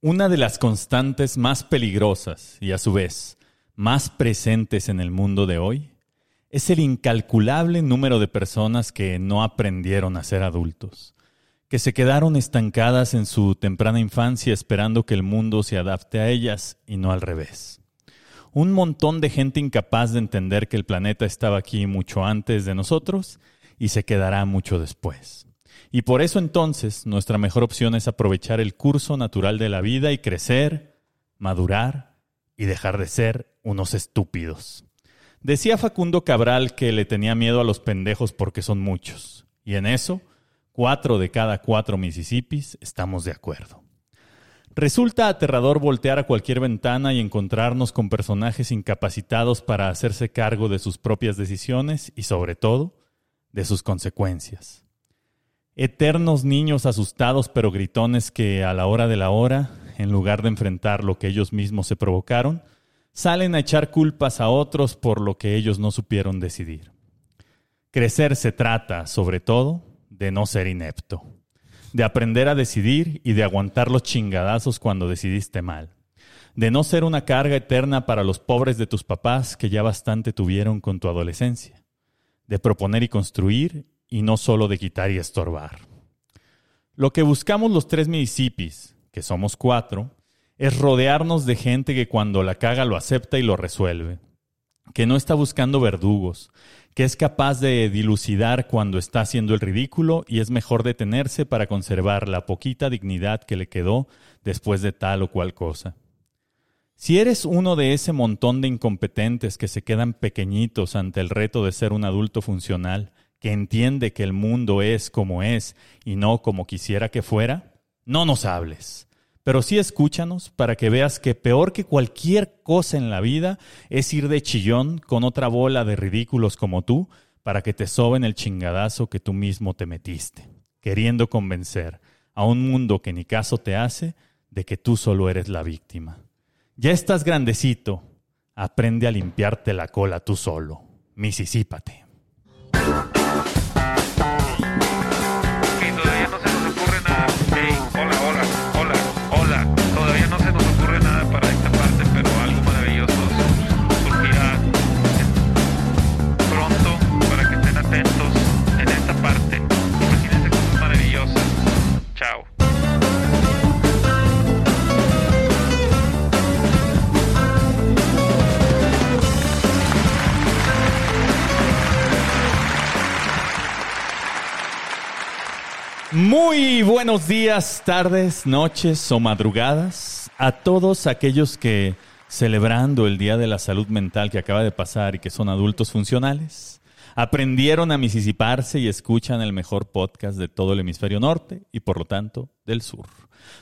Una de las constantes más peligrosas y a su vez más presentes en el mundo de hoy es el incalculable número de personas que no aprendieron a ser adultos, que se quedaron estancadas en su temprana infancia esperando que el mundo se adapte a ellas y no al revés. Un montón de gente incapaz de entender que el planeta estaba aquí mucho antes de nosotros y se quedará mucho después. Y por eso entonces nuestra mejor opción es aprovechar el curso natural de la vida y crecer, madurar y dejar de ser unos estúpidos. Decía Facundo Cabral que le tenía miedo a los pendejos porque son muchos. Y en eso, cuatro de cada cuatro Mississippis estamos de acuerdo. Resulta aterrador voltear a cualquier ventana y encontrarnos con personajes incapacitados para hacerse cargo de sus propias decisiones y sobre todo de sus consecuencias eternos niños asustados pero gritones que a la hora de la hora, en lugar de enfrentar lo que ellos mismos se provocaron, salen a echar culpas a otros por lo que ellos no supieron decidir. Crecer se trata, sobre todo, de no ser inepto, de aprender a decidir y de aguantar los chingadazos cuando decidiste mal, de no ser una carga eterna para los pobres de tus papás que ya bastante tuvieron con tu adolescencia, de proponer y construir y no solo de quitar y estorbar. Lo que buscamos los tres municipios, que somos cuatro, es rodearnos de gente que cuando la caga lo acepta y lo resuelve, que no está buscando verdugos, que es capaz de dilucidar cuando está haciendo el ridículo y es mejor detenerse para conservar la poquita dignidad que le quedó después de tal o cual cosa. Si eres uno de ese montón de incompetentes que se quedan pequeñitos ante el reto de ser un adulto funcional, que entiende que el mundo es como es y no como quisiera que fuera, no nos hables. Pero sí escúchanos para que veas que peor que cualquier cosa en la vida es ir de chillón con otra bola de ridículos como tú para que te soben el chingadazo que tú mismo te metiste, queriendo convencer a un mundo que ni caso te hace de que tú solo eres la víctima. Ya estás grandecito, aprende a limpiarte la cola tú solo, misisípate. Y todavía no se nos ocurre nada. Ey, hola, hola, hola, hola. Todavía no se nos ocurre nada para esta parte, pero algo maravilloso surgirá pronto para que estén atentos en esta parte. Imagínense cosas maravillosas. Chao. Muy buenos días, tardes, noches o madrugadas a todos aquellos que celebrando el Día de la Salud Mental que acaba de pasar y que son adultos funcionales, aprendieron a misisiparse y escuchan el mejor podcast de todo el hemisferio norte y por lo tanto del sur.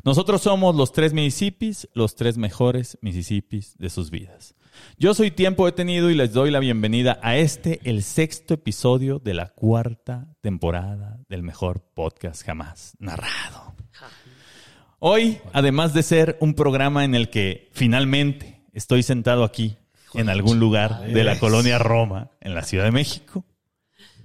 Nosotros somos los tres Mississippis, los tres mejores Mississippis de sus vidas. Yo soy Tiempo Detenido y les doy la bienvenida a este, el sexto episodio de la cuarta temporada del mejor podcast jamás narrado. Hoy, además de ser un programa en el que finalmente estoy sentado aquí, en algún lugar de la colonia Roma, en la Ciudad de México,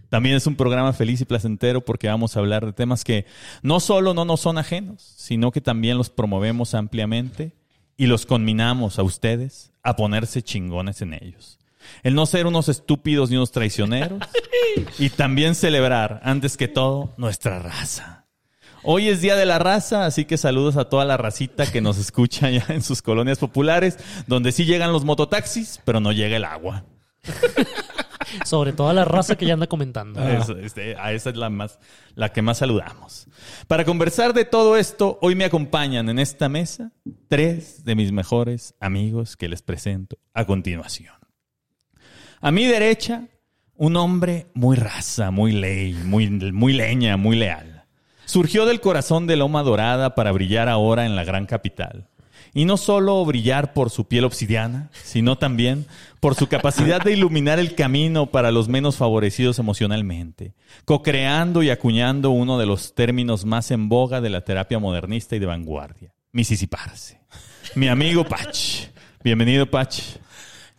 también es un programa feliz y placentero porque vamos a hablar de temas que no solo no nos son ajenos, sino que también los promovemos ampliamente y los conminamos a ustedes a ponerse chingones en ellos. El no ser unos estúpidos ni unos traicioneros y también celebrar, antes que todo, nuestra raza. Hoy es Día de la Raza, así que saludos a toda la racita que nos escucha ya en sus colonias populares, donde sí llegan los mototaxis, pero no llega el agua. Sobre todo a la raza que ya anda comentando. Eso, este, a esa es la, más, la que más saludamos. Para conversar de todo esto, hoy me acompañan en esta mesa tres de mis mejores amigos que les presento a continuación. A mi derecha, un hombre muy raza, muy ley, muy, muy leña, muy leal. Surgió del corazón de Loma Dorada para brillar ahora en la gran capital. Y no solo brillar por su piel obsidiana, sino también por su capacidad de iluminar el camino para los menos favorecidos emocionalmente, cocreando y acuñando uno de los términos más en boga de la terapia modernista y de vanguardia, misisiparse. Mi amigo Pach. Bienvenido, Pach.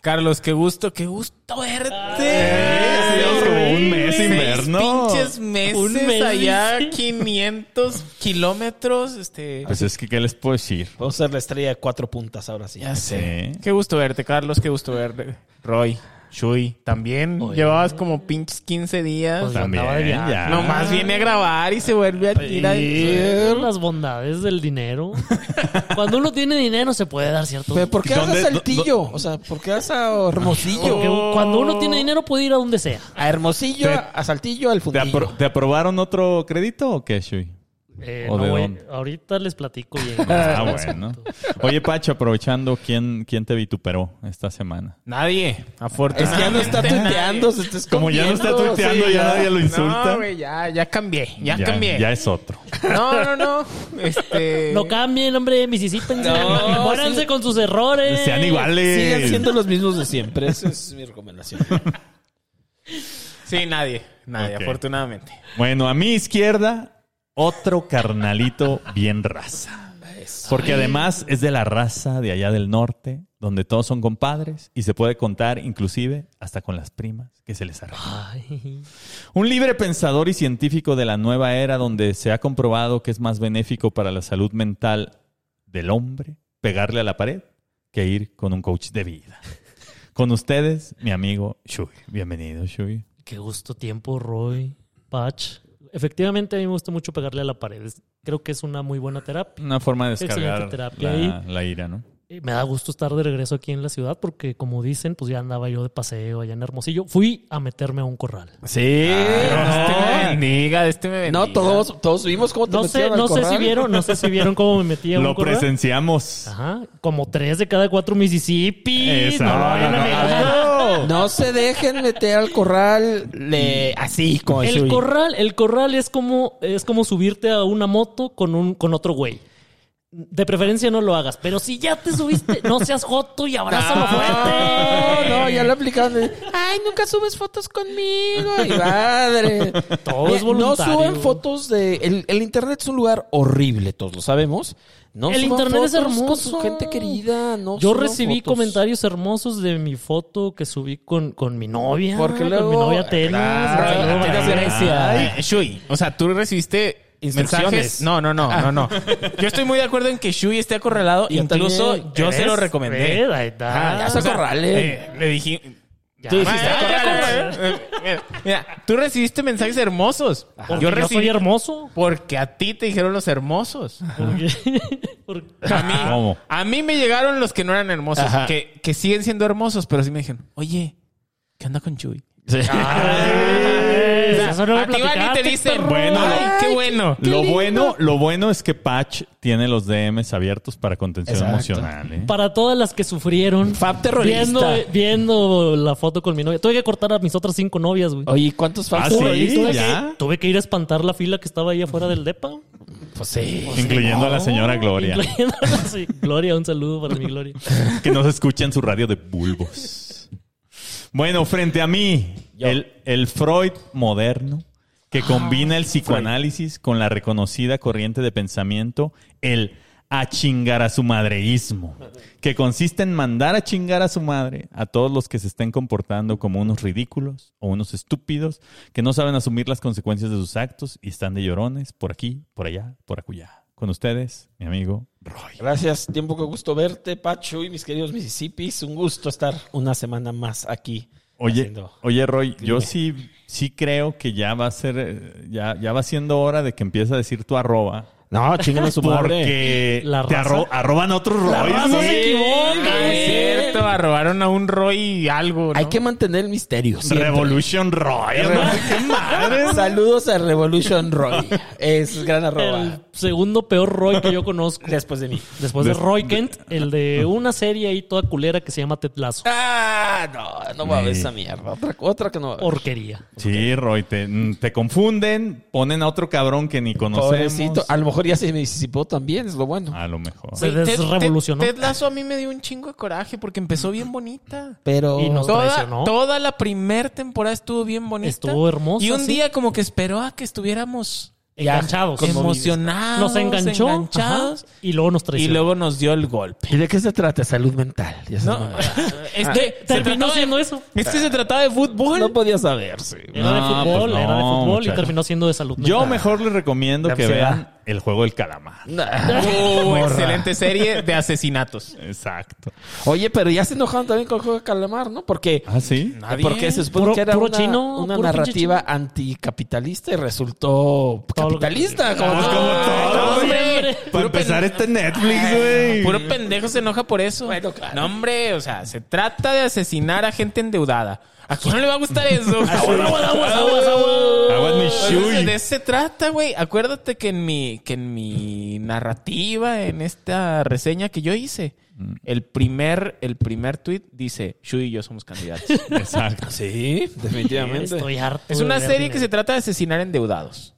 Carlos, qué gusto, qué gusto verte. Sí, llevamos como un un mes güey. invierno. Pinches meses Un mes, allá, dice. 500 kilómetros. Este, Pues es que, ¿qué les puedo decir? Vamos a ser la estrella de cuatro puntas ahora sí. ya sé. Sí. Qué gusto verte, Carlos. Qué gusto verte. Roy, Chuy, también. Oye. Llevabas como pinches 15 días. Pues, También, andaba de viaje. ya. Nomás viene a grabar y se vuelve a tirar. Eh, Las bondades del dinero. Cuando uno tiene dinero se puede dar cierto. Pero ¿por qué vas a ¿Dónde- Saltillo? O sea, ¿por qué vas a Hermosillo? Porque cuando uno Oh. tiene dinero puede ir a donde sea. A Hermosillo, Te- a Saltillo, al ¿Te, fundillo. apro- te aprobaron otro crédito o qué, Shui? Eh, ¿O no, de güey, dónde? ahorita les platico bien. Ah, bueno. Oye, Pacho, aprovechando, ¿quién, quién te vituperó esta semana? Nadie, Es que ya afortunadamente. no está Ah, nadie. tuiteando, se está Como ya no está tuiteando, ya nadie lo insulta. No, güey, ya, ya cambié, ya, ya, cambié. ya es otro. No, no, no. Este... No cambien, hombre, misisítense. No, Muéranse sí. con sus errores. Sean iguales. Siguen siendo los mismos de siempre. Esa es mi recomendación. Sí, nadie. Nadie, Ok. afortunadamente. Bueno, a mi izquierda, otro carnalito bien raza. Porque además es de la raza de allá del norte, donde todos son compadres y se puede contar inclusive hasta con las primas que se les arreglan. Ay, Un libre pensador y científico de la nueva era donde se ha comprobado que es más benéfico para la salud mental del hombre pegarle a la pared que ir con un coach de vida. Con ustedes, mi amigo Shui. Bienvenido, Shui. qué gusto tiempo, Roy. Patch. Efectivamente, a mí me gusta mucho pegarle a la pared. Es- Creo que es una muy buena terapia. Una forma de descargar Excelente terapia la, la ira, ¿no? Y Me da gusto estar de regreso aquí en la ciudad porque, como dicen, pues ya andaba yo de paseo allá en Hermosillo. Fui a meterme a un corral. Sí. este me bendiga, este me bendiga. No, todos, todos vimos cómo te No sé, metieron al no sé si corral. vieron, no sé si vieron cómo me metí a un Lo corral. presenciamos. Ajá, como tres de cada cuatro Mississippi. Esa, No, lo vayan a no, negar. No se dejen meter al corral le- así, Ah, como El Shui. corral, el corral es como, es como subirte a una moto con un, con otro güey. De preferencia no lo hagas, pero si ya te subiste, no seas joto y abrázalo No, fuerte. no, ya lo aplicaron. Ay, nunca subes fotos conmigo. Y madre. Todo es No voluntario. suben fotos de. El, el internet es un lugar horrible, todos lo sabemos. No El suban internet es fotos hermoso. Con su gente querida. No Yo suban recibí fotos. comentarios hermosos de mi foto que subí con, con mi novia. Porque con luego- ah, mi novia tenis. Claro, Saludos, la tenis María. Grecia. Ay, Shui, o sea, tú recibiste Instrucciones. mensajes. No, no, no, no, no. Yo estoy muy de acuerdo en que Shui esté acorralado. Yo Incluso también. yo se lo ¿Ves? recomendé. eh, Ves, ahí está. Ah, Ya se O sea, acorralen. eh, le dije. Ya. Tú dijiste, Ah, ya "Acorralen". Eh, Mira, mira, tú recibiste mensajes hermosos. Porque yo, Yo recibí. soy hermoso. porque a ti te dijeron los hermosos. Porque- porque- A mí, ¿Cómo? a mí me llegaron los que no eran hermosos, Ajá. que, que siguen siendo hermosos, pero sí me dijeron, oye, ¿qué onda con Chuy? Ah, Ay, eso no lo a ti van y te platicaste, dicen, perro. bueno, Ay, ay, qué bueno. Lo bueno, lo bueno es que Patch tiene los DMs abiertos para contención Exacto. emocional. "Mm". ¿eh? Para todas las que sufrieron. Fab terrorista. Viendo, Ah, viendo la foto con mi novia. Tuve que cortar a mis otras cinco novias, güey. Oye, ¿cuántos fans? Ah, hubo? sí, Y tú de- ya. Tuve que ir a espantar la fila que estaba ahí afuera del depa. Pues sí. Incluyendo a la señora Gloria, Incluyendo- sí, Gloria, un saludo para mi Gloria. que nos escucha en su radio de bulbos. Bueno, frente a mí, el, el Freud moderno, que combina el psicoanálisis con la reconocida corriente de pensamiento, el a chingar a su madreísmo, que consiste en mandar a chingar a su madre a todos los que se estén comportando como unos ridículos o unos estúpidos que no saben asumir las consecuencias de sus actos y están de llorones por aquí, por allá, por acullá. Con ustedes, mi amigo Roy. Pues, Gracias, tiempo que gusto verte, Pacho y mis queridos Mississippis. Un gusto estar una semana más aquí. Oye, haciendo- oye Roy, yo Dime. sí, sí creo que ya va a ser, eh, ya, ya va siendo hora de que empiece a decir tu arroba. No, chingan a su madre. Porque La te raza- arro- arroban a otros Roy. raza Ah, se equivoca, Ah, es güey. cierto, arrobaron a un Roy algo. ¿no? Hay que mantener el misterio. siempre. Revolution Roy. ¿no? ¡Qué madre! Saludos a Revolution Roy. Es El gran arroba. segundo peor Roy que yo conozco. Después de mí. Después de Roy Kent, el de una serie ahí toda culera que se llama Tetlazo. Ah, no, no va a ver esa mierda. Otra, otra que no va a ver. Porquería. Sí, Roy, te, mm, te confunden, ponen a otro cabrón que ni conocemos. Pobrecito. A lo mejor ya se me disipó también, es lo bueno. A lo mejor. Se Ted- Ted- desrevolucionó. Ted Lasso a mí me dio un chingo de coraje porque empezó bien bonita. Pero. Y nos Toda, traicionó. toda la primer temporada estuvo bien bonita. Estuvo hermosa, Y un sí. día como que esperó a que estuviéramos ya enganchados. Emocionados. Nos enganchó. Enganchados. ajá, y luego nos Y traicionó. luego nos dio el golpe. ¿Y de qué se trata? Salud mental. Ya sabes, No, mamá. este, es que se Terminó trataba de- siendo eso. es que se trataba de fútbol. No podía saberse. Era de No, fútbol, pues era no, de fútbol y muchacho. terminó siendo de salud. Yo mental. mejor les recomiendo La que ansiedad. vean el juego del calamar. Oh, excelente serie de asesinatos. Exacto. Oye, pero ya se enojaron también con el juego de calamar, ¿no? Porque, ¿Ah, sí? Nadie. porque se supone Puro- que era puro una, chino, una puro pinche narrativa anticapitalista y resultó Todo lo que- capitalista. como Pues como todo. todo, hombre. güey. Para Puro empezar pen- este Netflix, güey. Puro pendejo se enoja por eso. Bueno, claro. No, hombre, o sea, se trata de asesinar a gente endeudada. ¿A quién le va a gustar eso? Aguas mi Entonces, shui. de eso se trata, güey. Acuérdate que en mi, que en mi narrativa, en esta reseña que yo hice, el primer, el primer tweet dice, Shui y yo somos candidatos. Exacto. Sí, definitivamente. Estoy harto. es de una ver serie que se dinero. trata de asesinar endeudados.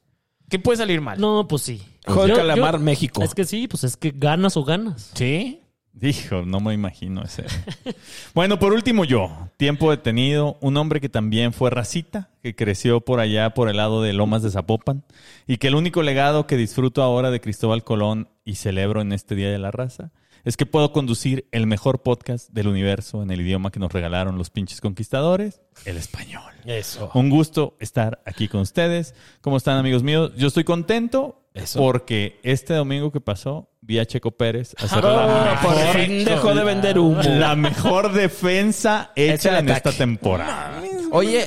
¿Qué puede salir mal? No, pues sí. Juego de Yo- calamar, yo- México. Es que sí, pues es que ganas o ganas. ¿Sí? Dijo, no me imagino ese. bueno, por último yo, tiempo detenido, un hombre que también fue racita, que creció por allá por el lado de Lomas de Zapopan y que el único legado que disfruto ahora de Cristóbal Colón y celebro en este Día de la Raza es que puedo conducir el mejor podcast del universo en el idioma que nos regalaron los pinches conquistadores, el español. Eso. Un gusto estar aquí con ustedes. ¿Cómo están, amigos míos? Yo estoy contento Eso. porque este domingo que pasó vi a Checo Pérez hacer Ah, la, por mejor, fin dejó de vender humo. la mejor defensa Es el hecha en ataque. esta temporada. Oye,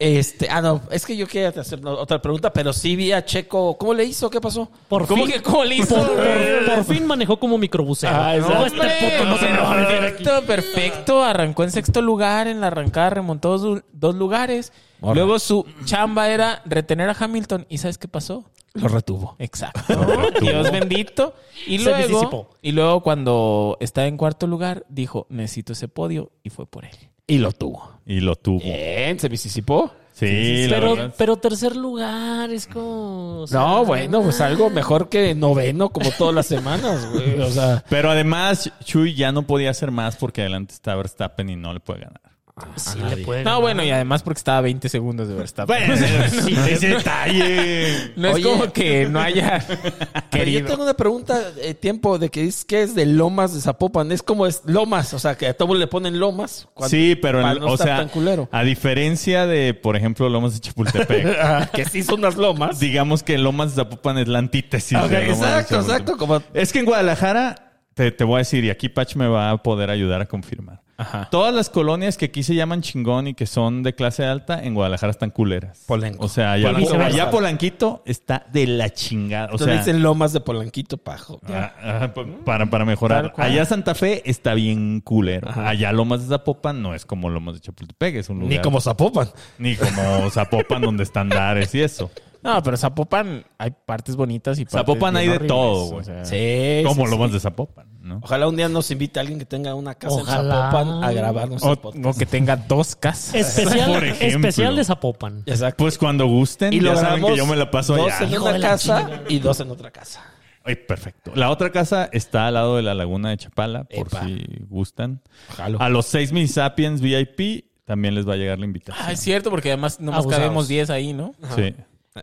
este, ah, no, es que yo quería hacer otra pregunta, pero sí vi a Checo. ¿Cómo le hizo? ¿Qué pasó? Por ¿Cómo fin. que cómo le hizo? Por, por- por fin manejó como microbusero. Ah, exacto. No, este puto no se me va a meter aquí. perfecto, perfecto. Arrancó en sexto lugar en la arrancada, remontó dos, dos lugares. Luego su chamba era retener a Hamilton. ¿Y sabes qué pasó? Lo retuvo. Exacto. Dios bendito. Y Se luego, disipó. y luego cuando estaba en cuarto lugar, dijo, necesito ese podio. Y fue por él. Y lo tuvo. Y lo tuvo. Bien, se disipó. Sí, la Pero, verdad. pero tercer lugar es como... o sea, No, bueno, pues algo mejor que noveno, como todas las semanas, güey. O sea, Pero además, Chuy ya no podía hacer más porque adelante está Verstappen y no le puede ganar. Sí le puede No, ganar. bueno, y además porque estaba a 20 segundos de Verstappen. Bueno, sí, ese detalle. no es Oye. como que no haya pero yo querido. tengo una pregunta, eh, tiempo, de que es que es de Lomas de Zapopan. Es como es Lomas, o sea, que a todo le ponen Lomas. cuando- Sí, pero para en- no o estar sea, tan culero. a diferencia de, por ejemplo, Lomas de Chapultepec, que sí son las Lomas. digamos que Lomas de Zapopan es la antítesis. Ok, de Lomas de exacto, Chapultepec. exacto. Como Es que en Guadalajara, te, te voy a decir, y aquí Patch me va a poder ayudar a confirmar. Todas las colonias que aquí se llaman chingón y que son de clase alta, en Guadalajara están culeras. Polanco. O sea, allá, Polanco. allá Polanquito está de la chingada. O Entonces sea, dicen Lomas de Polanquito, pajo. ah, ah, pa- para, para mejorar. Allá Santa Fe está bien culero. Allá Lomas de Zapopan no es como Lomas de Chapultepec, es un lugar. Ni como Zapopan. ni como Zapopan donde están dares y eso. No, pero Zapopan hay partes bonitas y partes Zapopan bien hay de horribles, todo, o güey. sea. ah. Sí. como sí, Lomas sí. de Zapopan, ¿no? Ojalá un día nos invite alguien que tenga una casa Ojalá. en Zapopan a grabar nuestro O, podcast. o que tenga dos casas. Por Especial, ejemplo. especial de Zapopan. Exacto. Pues cuando gusten, y ya lo saben grabamos que yo me la paso dos allá. en Hijo una de la casa chingada. y dos en otra casa. Ay, perfecto. La otra casa está al lado de la laguna de Chapala, por Epa. si gustan. Jalo. A los seis mil sapiens VIP también les va a llegar la invitación. Ah, es cierto, porque además nomás Abusados. cabemos 10 ahí, ¿no? sí.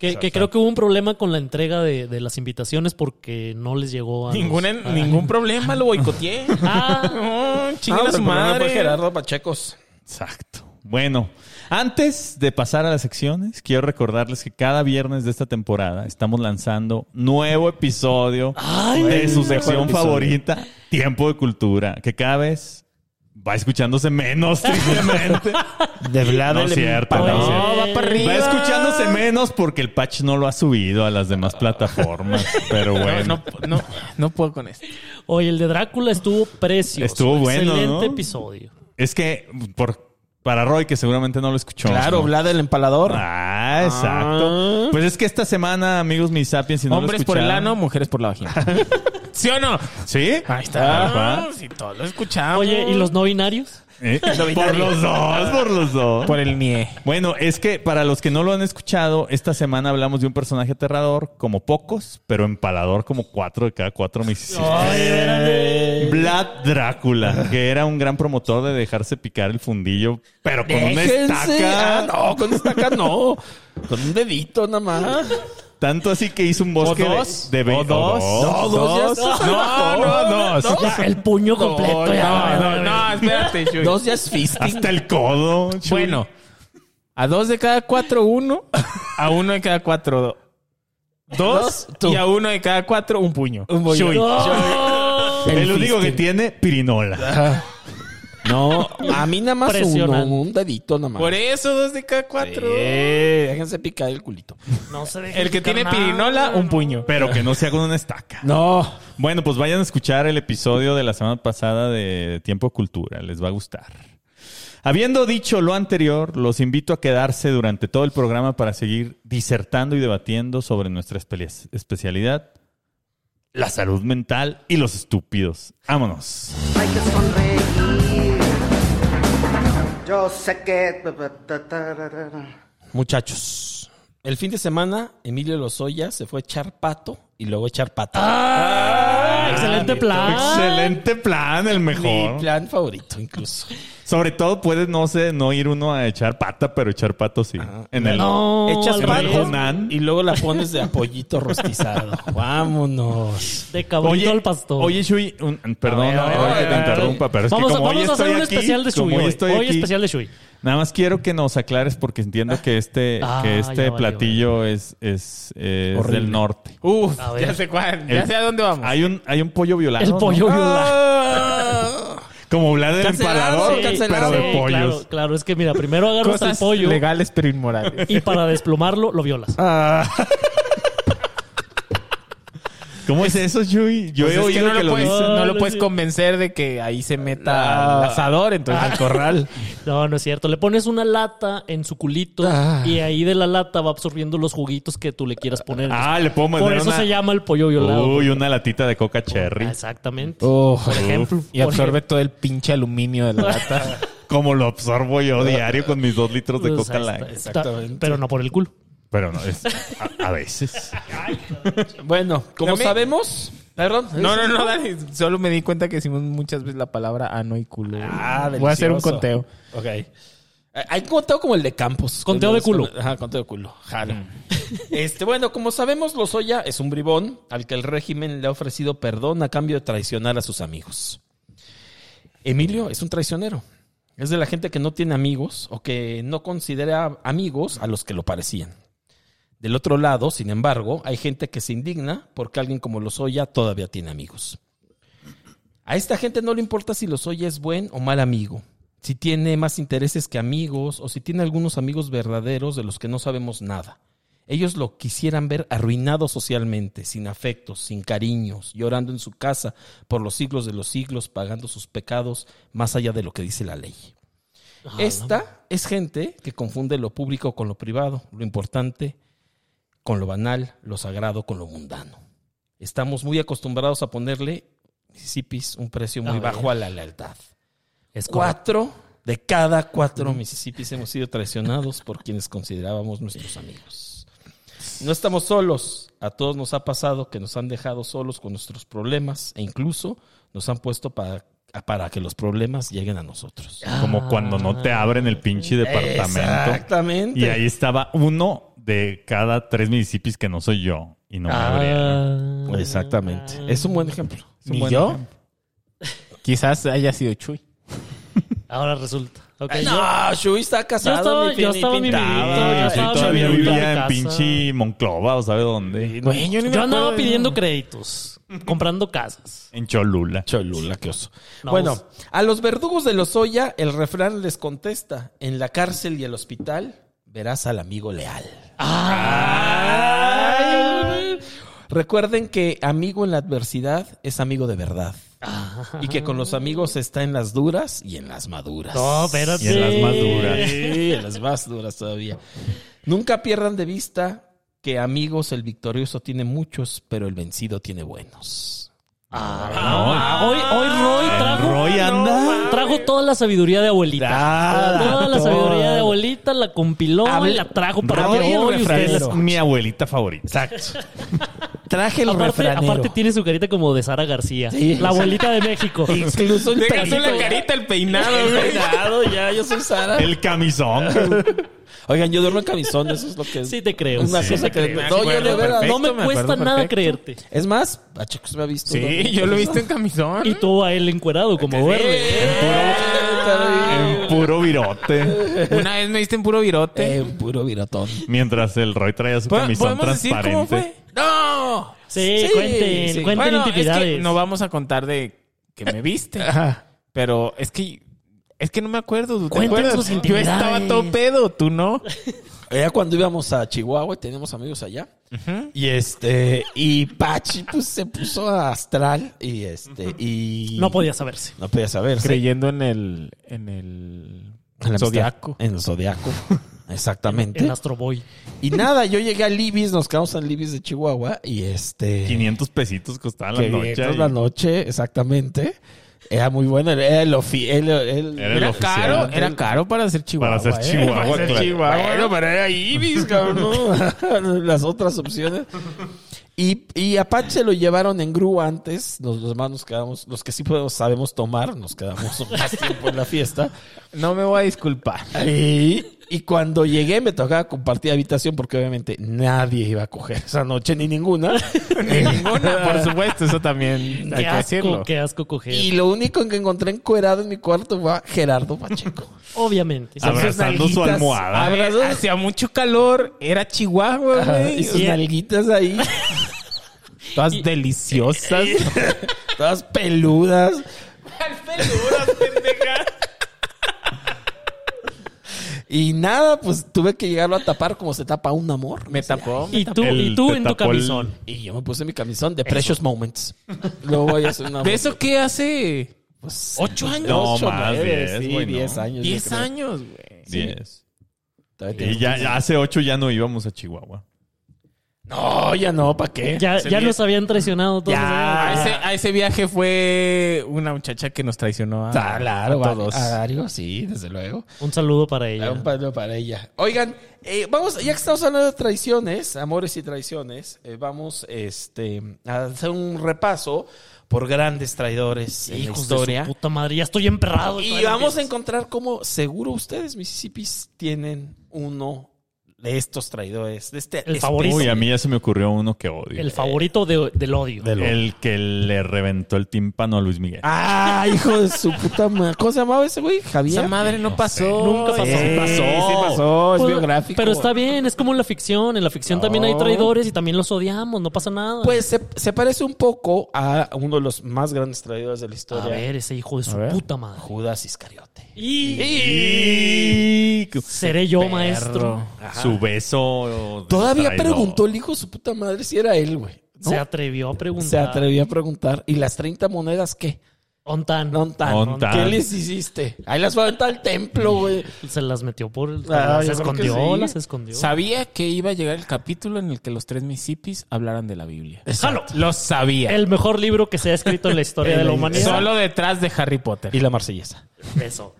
Que, que creo que hubo un problema con la entrega de, de las invitaciones porque no les llegó a... los- Ningún, en- ningún problema, lo boicoteé. Ah, No, chingue No, a su pero pues, por lo menos fue pues, madre. Gerardo Pachecos. Exacto. Bueno, antes de pasar a las secciones, quiero recordarles que cada viernes de esta temporada estamos lanzando nuevo episodio de su sección favorita, Tiempo de Cultura, que cada vez va escuchándose menos, tristemente. De Vlad no es cierto, no es Oye. cierto. No, va para arriba. Va escuchándose menos porque el patch no lo ha subido a las demás plataformas. Pero bueno. No, no, no puedo con esto. oye, el de Drácula estuvo precioso. Estuvo bueno, Excelente ¿no? episodio. Es que por, para Roy, que seguramente no lo escuchó. Claro, ¿no? Vlad el empalador. Ah, exacto. Pues es que esta semana, amigos mis sapiens, si no lo Ah. Hombres por el escucharon- ano, mujeres por la vagina. ¿Sí o no? ¿Sí? Ahí está. Ah. Ajá. Si todos lo Ah, escuchamos. Oye, ¿y los no binarios? ¿Eh? Por los dos, por los dos. Por el nie. Bueno, es que para los que no lo han escuchado, esta semana hablamos de un personaje aterrador como pocos, pero empalador como cuatro de cada cuatro misisipas. Vlad Drácula, que era un gran promotor de dejarse picar el fundillo, pero con una Déjense. Ah, estaca. Ah, no, con estaca no. Con un dedito nada más. Tanto así que hizo un bosque de- dos. de, ve- O dos. No, dos ya dos. estás No, no, no. Ya, el puño completo. No, ya, no, no, no, espérate, Chuy. Dos ya es fisting. Hasta el codo. Chuy. Bueno, a dos de cada cuatro, uno. A uno de cada cuatro, do- dos. tú. y a uno de cada cuatro, un puño. puño. Chuy. No. el, el único que fisting. tiene, pirinola. No, a mí nada más uno, Impresionante. un dedito nada más. Por eso, dos de cada cuatro. Eh, déjense picar el culito. No se dejen El que tiene picar nada. pirinola, un puño. Pero que no sea con una estaca. No. Bueno, pues vayan a escuchar el episodio de la semana pasada de Tiempo Cultura, les va a gustar. Habiendo dicho lo anterior, los invito a quedarse durante todo el programa para seguir disertando y debatiendo sobre nuestra espe- especialidad, la salud mental y los estúpidos. Vámonos. hay que sonreír. Yo sé que... Muchachos, el fin de semana Emilio Lozoya se fue a echar pato y luego a echar pata. Ah, excelente plan. Excelente plan, el Mi mejor. plan favorito incluso. Sobre todo puedes no sé, no ir uno a echar pata, pero echar pato sí. en el Ah. No, Echas el güey. pato Rejonan. y luego la pones de apoyito rostizado. Vámonos. De cabrito al pastor. Oye, Shui, un- perdón, A ver, a no, ver, perdón a que ver, te a ver. interrumpa, pero es vamos que a, como vamos hoy a hacer estoy un aquí, especial de Shui. como hoy Hoy, estoy Hoy aquí, especial de Shui. nada más quiero que nos aclares porque entiendo que este, Ah, que ya este valió, platillo es, es, es Horrible. del norte. Uf, A ver. ya sé cuál. Ya El- sé a dónde vamos. Hay un, hay un pollo violado. El ¿no? Ah. pollo violado. Como Vlad el Cancelado, empalador, sí, pero cancelado. de Sí, pollos. Claro, claro, es que mira, primero agarras al pollo legales pero inmorales. y para desplumarlo lo violas. ¿Cómo es eso, Shui? Yo Pues he es oído que no que lo lo puedes, dicen. no No, lo no puedes sé. convencer de que ahí se meta el asador, entonces al corral. No, no es cierto. Le pones una lata en su culito y ahí de la lata va absorbiendo los juguitos que tú le quieras poner. Ah, le puedo Por meter eso una... se llama el pollo violado. Ah, Uy, una latita de coca cherry. Exactamente. Oh, Por ejemplo. Y absorbe todo el pinche aluminio de la lata. Como lo absorbo yo diario con mis dos litros de Pues, coca ahí está, light. está, Exactamente. Pero no por el culo. Pero no, es, a- a veces. Bueno, como Dame- sabemos, perdón. No, no, no, Dani. Solo me di cuenta que decimos muchas veces la palabra ano y culo. Ah, Voy a hacer un delicioso. conteo. Ok. Eh, Hay un conteo como el de Campos. Conteo de culo. Mm. Ajá, conteo de culo. Jalo. Este, bueno, como sabemos, Lozoya es un bribón al que el régimen le ha ofrecido perdón a cambio de traicionar a sus amigos. Emilio es un traicionero. Es de la gente que no tiene amigos o que no considera amigos a los que lo parecían. Del otro lado, sin embargo, hay gente que se indigna porque alguien como Lozoya todavía tiene amigos. A esta gente no le importa si Lozoya es buen o mal amigo, si tiene más intereses que amigos o si tiene algunos amigos verdaderos de los que no sabemos nada. Ellos lo quisieran ver arruinado socialmente, sin afectos, sin cariños, llorando en su casa por los siglos de los siglos, pagando sus pecados más allá de lo que dice la ley. Esta es gente que confunde lo público con lo privado, lo importante con lo banal, lo sagrado con lo mundano. Estamos muy acostumbrados a ponerle, Mississippis, un precio muy A ver. bajo a la lealtad. Es correcto. Cuatro de cada cuatro Mississippis hemos sido traicionados por quienes considerábamos nuestros amigos. No estamos solos. A todos nos ha pasado que nos han dejado solos con nuestros problemas e incluso nos han puesto para, para que los problemas lleguen a nosotros. Como cuando no te abren el pinche departamento. Exactamente. Y ahí estaba uno de cada tres municipios que no soy yo. Y no me abrieron. Ah. Exactamente. Es un buen ejemplo. Es un ¿Ni buen yo? ejemplo. Quizás haya sido Chuy. Ahora resulta. Ok, Ay, yo- No, Shui está casado. estaba- yo estaba en mi pintaba. Ah, Yo yo sí estaba todavía viviendo en vivía en casa. pinche Monclova o sabe dónde. Güey, yo ni me Yo andaba acuerdo de- pidiendo créditos, comprando casas. En Cholula. Cholula, qué oso. No, bueno, vamos. a los verdugos de Lozoya, el refrán les contesta: en la cárcel y el hospital verás al amigo leal. Ah. Ay, Recuerden que amigo en la adversidad es amigo de verdad. Ah. Y que con los amigos está en las duras y en las maduras. No, espérate. Y en las más duras. Sí, las más duras todavía. Nunca pierdan de vista que amigos el victorioso tiene muchos, pero el vencido tiene buenos. Ah, hoy, hoy Roy trajo. Roy anda. Trajo toda la sabiduría de abuelita. toda la sabiduría de abuelita la compiló Habla- y la trajo para Roy que el hoy ustedes. Es mi abuelita favorita. Exacto. Traje el Aparte, refranero. aparte tiene su carita como de Sara García, Sí. la abuelita de México. Incluso el Deja tú pelito. la carita, el peinado, güey. Peinado, ya, yo soy Sara. El camisón. Oigan, yo duermo en camisón, eso es lo que es. Sí te creo. Una Sí, cosa te que creo. no, yo de veras, No no me, me cuesta acuerdo nada perfecto. creerte. Es más, a Checos me ha visto. Sí, yo lo he visto en camisón. Y tú a él encuerado como verde. En puro virote. Una vez me viste en puro virote. Eh, puro virotón. Mientras el Roy traía su camisón ¿Podemos decir transparente. cómo fue? ¡No! Sí, cuenten, cuenten Bueno, es que intimidades. no vamos a contar de que me viste. Pero es que es que no me acuerdo. ¿te Cuenten acuerdas? sus Yo estaba intimidades. todo pedo, tú no. Era cuando íbamos a Chihuahua y teníamos amigos allá. Y este, y Pachi pues se puso astral y este, y No podía saberse. no podía saber. sí. Creyendo en el en el En la zodiaco. amistad. En el zodiaco. Exactamente. El Astro Boy. Y nada, yo llegué a Libis, nos quedamos en Libis de Chihuahua y este. 500 pesitos costaba la que noche. toda ahí. la noche, exactamente. Era muy bueno, era el ofi- él- él- Era el Era oficial. caro, era caro para hacer Chihuahua. ser ¿eh? Chihuahua, Para ser claro. Chihuahua. Bueno, pero era Ibis, cabrón. ¿no? Las otras opciones. Y, y Apache lo llevaron en grúa antes. Los, los demás nos quedamos, los que sí podemos, sabemos tomar, nos quedamos más tiempo en la fiesta. No me voy a disculpar. Y, y cuando llegué me tocaba compartir habitación porque obviamente nadie iba a coger esa noche, ni ninguna. Ninguna, por supuesto, eso también hay Qué que asco, decirlo. qué asco coger. Y lo único en que encontré encuerado en mi cuarto fue a Gerardo Pacheco. Obviamente. A ver. Abrazando su Nalguitas, almohada. abra- Abrazos. Eh, Hacía mucho calor, era Chihuahua, Y güey. sus nalguitas ahí, Todas deliciosas. todas peludas. Y nada, pues tuve que llegarlo a tapar como se tapa un amor. Me tapó. Y tú, El y tú te en tu tapó el- camisón. Y yo me puse mi camisón de Precious Moments. Luego voy a hacer una... ¿De eso qué hace? Pues, ¿Ocho años? No, ocho, más, nueve, diez, sí, güey, diez no. años. yo Diez creo. años, güey. 10. Todavía Y tenemos ya, diez ya años. hace 8 ya no íbamos a Chihuahua. No, ya no, ¿para qué? Ya, Se ya vi- nos habían traicionado todos. A Ah, ese, a ese viaje fue una muchacha que nos traicionó a, Claro, a Ah, a, todos. a Dario, sí, desde luego. Un saludo para ella. Un palo para ella. Oigan, eh, vamos, ya que estamos hablando de traiciones, amores y traiciones, eh, vamos este, a hacer un repaso por grandes traidores en la Hijos de historia. su puta madre, ya estoy emperrado. Y todavía vamos a empiezas. encontrar cómo seguro ustedes, Mississippis, tienen uno de estos traidores. De este El espe- favorito. Uy, a mí ya se me ocurrió uno que odio. El favorito de- del odio. El que le reventó el tímpano a Luis Miguel. Ah, hijo de su puta madre. ¿Cómo se llamaba ese güey? Javier. Esa madre no, pasó. Nunca pasó. Sí, Pasó. sí pasó. Es Pues, biográfico. Pero está bien, es como en la ficción. En la ficción también hay traidores y también los odiamos, no pasa nada. Pues se, se parece un poco a uno de los más grandes traidores de la historia. a ver, ese hijo de su puta madre. Judas Iscariote. Y, Y- seré yo, maestro. Su beso. de Todavía traidor. preguntó el hijo de su puta madre si era él, güey. ¿no? Se atrevió a preguntar. Se atrevió a preguntar. ¿Y las 30 monedas qué? Ontan. No tan. No tan. ¿Qué les hiciste? Ahí las va a aventar al templo, güey. Se las metió por el. Ah, las yo creo que escondió, sí. las escondió. Sabía que iba a llegar el capítulo en el que los tres Mississippis hablaran de la Biblia. Jalo. Lo sabía. El mejor libro que se ha escrito en la historia de la humanidad. Solo detrás de Harry Potter. Y la marsellesa. Eso.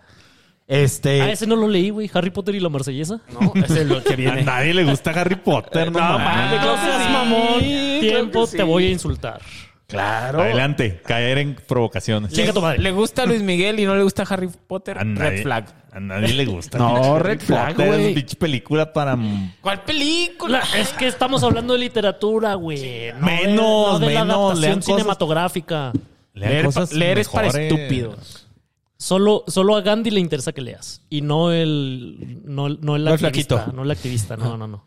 Este. Ah, ese no lo leí, güey. Harry Potter y la marsellesa. No, ese es lo que A viene. nadie le gusta Harry Potter, no, mames. No seas mamón. Tiempo te voy a insultar. Claro. Adelante, caer en provocaciones. Chinga tu madre. Le gusta Luis Miguel y no le gusta Harry Potter. A nadie, Red flag. A nadie le gusta. No, Pinche red Harry flag, Potter güey. Es pinche película para m- ¿Cuál película? La- es que estamos hablando de literatura, güey. No de- Menos, no de la menos, lean adaptación cosas. cinematográfica. lean Leer, cosas pa- leer es para mejores. estúpidos. Solo, solo a Gandhi le interesa que leas. Y no el. No, el- no el No el activista. flaquito. No el activista. No, no, no.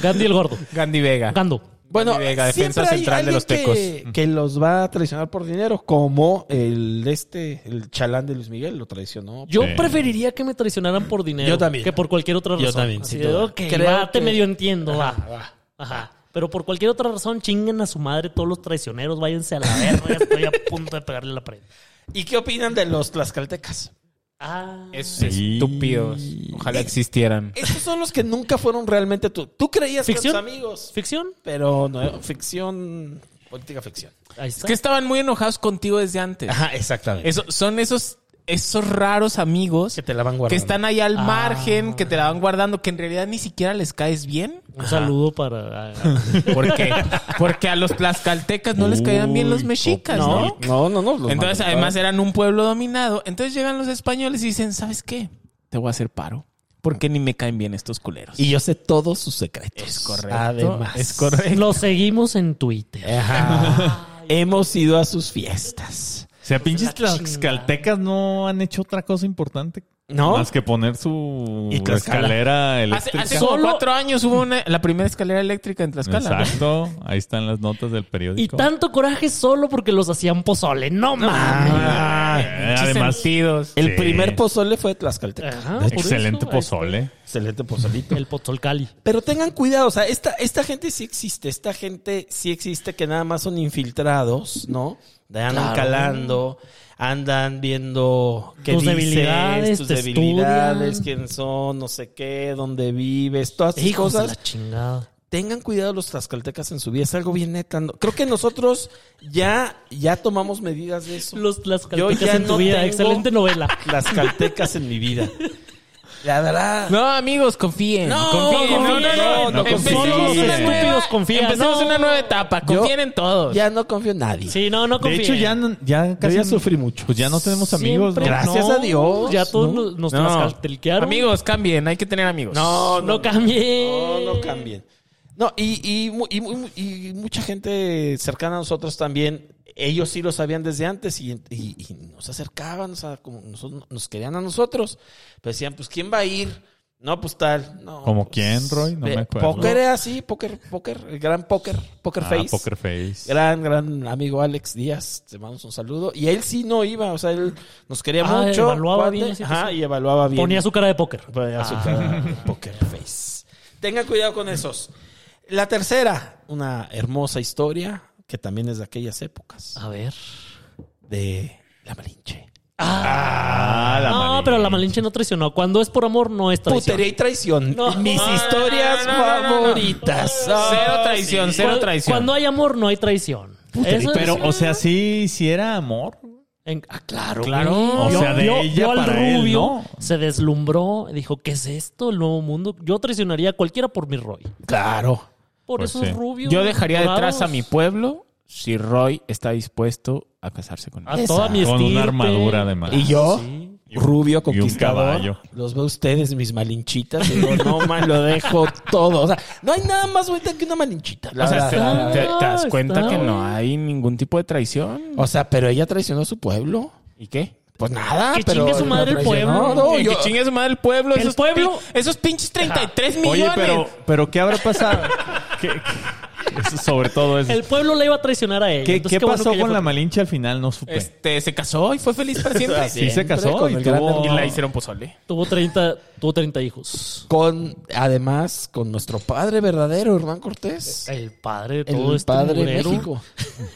Gandhi el gordo. Gandhi Vega. Gando. Bueno, Gandhi Vega, siempre defensa hay central de alguien los tecos. que, que los va a traicionar por dinero, como el este, el chalán de Luis Miguel lo traicionó. Yo Sí. preferiría que me traicionaran por dinero. Yo también. Que por cualquier otra razón. Yo también, Así sin de, duda. ok, Creo va, te que- medio entiendo, va. va. Ajá. Pero por cualquier otra razón, chingan a su madre todos los traicioneros. Váyanse a la verga. Estoy a punto de pegarle la pared. ¿Y qué opinan de los tlaxcaltecas? Ah. Esos estúpidos. Ojalá existieran. Estos son los que nunca fueron realmente tú. Tú creías ¿Ficción? que eran tus amigos, ¿Ficción? pero no, ficción, política ficción. Ahí Es está. que estaban muy enojados contigo desde antes. Ajá, exactamente. Eso, son esos, esos raros amigos que te la van guardando. que están ahí al margen, que te la van guardando, que en realidad ni siquiera les caes bien. Un saludo para. ah, ¿Por qué? Porque a los tlaxcaltecas no les caían bien los Uy, mexicas, No, ¿no? no, no, no. los Entonces, maltrataban. además eran un pueblo dominado. Entonces llegan los españoles y dicen, ¿sabes qué? te voy a hacer paro. Porque ni me caen bien estos culeros. Y yo sé todos sus secretos. es correcto. Además. Es correcto. Lo seguimos en Twitter. Hemos ido a sus fiestas. O sea, pinches tlaxcaltecas no han hecho otra cosa importante. ¿No? Más que poner su Y Tlaxcala. escalera Hace, eléctrica. hace como cuatro años hubo una- la primera escalera eléctrica en Tlaxcala. ¿no? Exacto. Ahí están las notas del Y periódico. tanto coraje solo porque los hacían pozole. No mames. Ah, eh, además, El Sí. Ah, primer pozole fue de Tlaxcalteca. Ajá, por excelente eso, ahí está. pozole. este, Excelente pozolito. El pozolcali. Pero tengan cuidado, o sea, esta, esta gente sí existe, esta gente sí existe que nada más son infiltrados, ¿no? De Andan Claro. calando, andan viendo qué Tus dices, debilidades, tus te debilidades, estudian. quién son, no sé qué, dónde vives, todas esas Hijos de cosas. la chingada. Tengan cuidado los tlaxcaltecas en su vida, es algo bien neta. no- Creo que nosotros ya, ya tomamos medidas de eso. Los Yo tlaxcaltecas ya en tu no vida. tengo- Excelente novela. Tlaxcaltecas en mi vida. La verdad. No, amigos, confíen. No, confíen, no, no, no, no Empecemos confíen. una nueva, Estúpidos, confían. empecemos No. una nueva etapa. Confíen en todos. Ya no confío en nadie. Sí, no, no De confíen. hecho, ya, no- ya casi. ya sufrí mucho. Pues ya no tenemos amigos. ¿no? Ah, Siempre. Gracias No, a Dios. Ya todos nos- nos No. tlaxcaltequearon. Amigos, cambien. Hay que tener amigos. No, No cambie. No, no cambien. No, y, y, mu- y mu- y mucha gente cercana a nosotros también, ellos sí lo sabían desde antes y, y- y nos acercaban, o sea, como nosotros- nos querían a nosotros. Pero decían, pues, ¿quién va a ir? No, pues tal. No, ¿Como pues, quién, Roy? No ve- me acuerdo. Póker era así, póker, póker, el gran póker, póker Ah, face. Poker Face. Gran, gran amigo Alex Díaz, te mandamos un saludo. Y él sí no iba, o sea, él nos quería Ah, mucho. evaluaba cuate. bien la situación. Ajá, y evaluaba bien. Ponía su cara de póker. Ponía su Ah. cara de poker face. Tengan cuidado con esos. La tercera, una hermosa historia que también es de aquellas épocas A ver. de la Malinche. Ah, la no, Malinche. pero la Malinche no traicionó. Cuando es por amor, no es traición. Putería y traición. No. Mis No, historias no, no, no, no. favoritas. Ah, Cero traición, sí. cero Cuando- traición. Cuando hay amor, no hay traición. Eso es- Pero, o sea, sí, sí era amor. en- ah, claro, Claro. güey. O Vio- sea, de vio- ella vio al para él, rubio, ¿no? se deslumbró, dijo, ¿qué es esto? El nuevo mundo. Yo traicionaría a cualquiera por mi Roy. Claro. Por Pues esos sí. rubios. Yo dejaría dorados, detrás a mi pueblo si Roy está dispuesto a casarse con A él. toda mi Con una estirpe. armadura, además. Y yo, Sí. y rubio, un conquistador, caballo. los veo ustedes, mis malinchitas. y digo, no, man, lo dejo todo. O sea, no hay nada más bonita que una malinchita. la O sea, verdad, te, la verdad. te- te das cuenta Está que bien. no hay ningún tipo de traición. O sea, pero ella traicionó a su pueblo. ¿Y qué? Pues nada, Que pero chingue su madre la el traicionó. pueblo. No, Eh, que yo- chingue su madre el pueblo. El esos pueblo- pin- esos pinches 33 millones. Oye, pero, pero ¿qué habrá pasado? ¿Qué- qué- eso, sobre todo eso. El pueblo la iba a traicionar a él. ¿Qué, qué pasó con la Malinche al final? No supe. Este, se casó y fue feliz para siempre. sí se casó con y, el gran tuvo- Y la hicieron pozole. Tuvo 30, tuvo 30 hijos. Con, además, con nuestro padre verdadero, Hernán Cortés. El padre de todo El este padre de mugrero. México.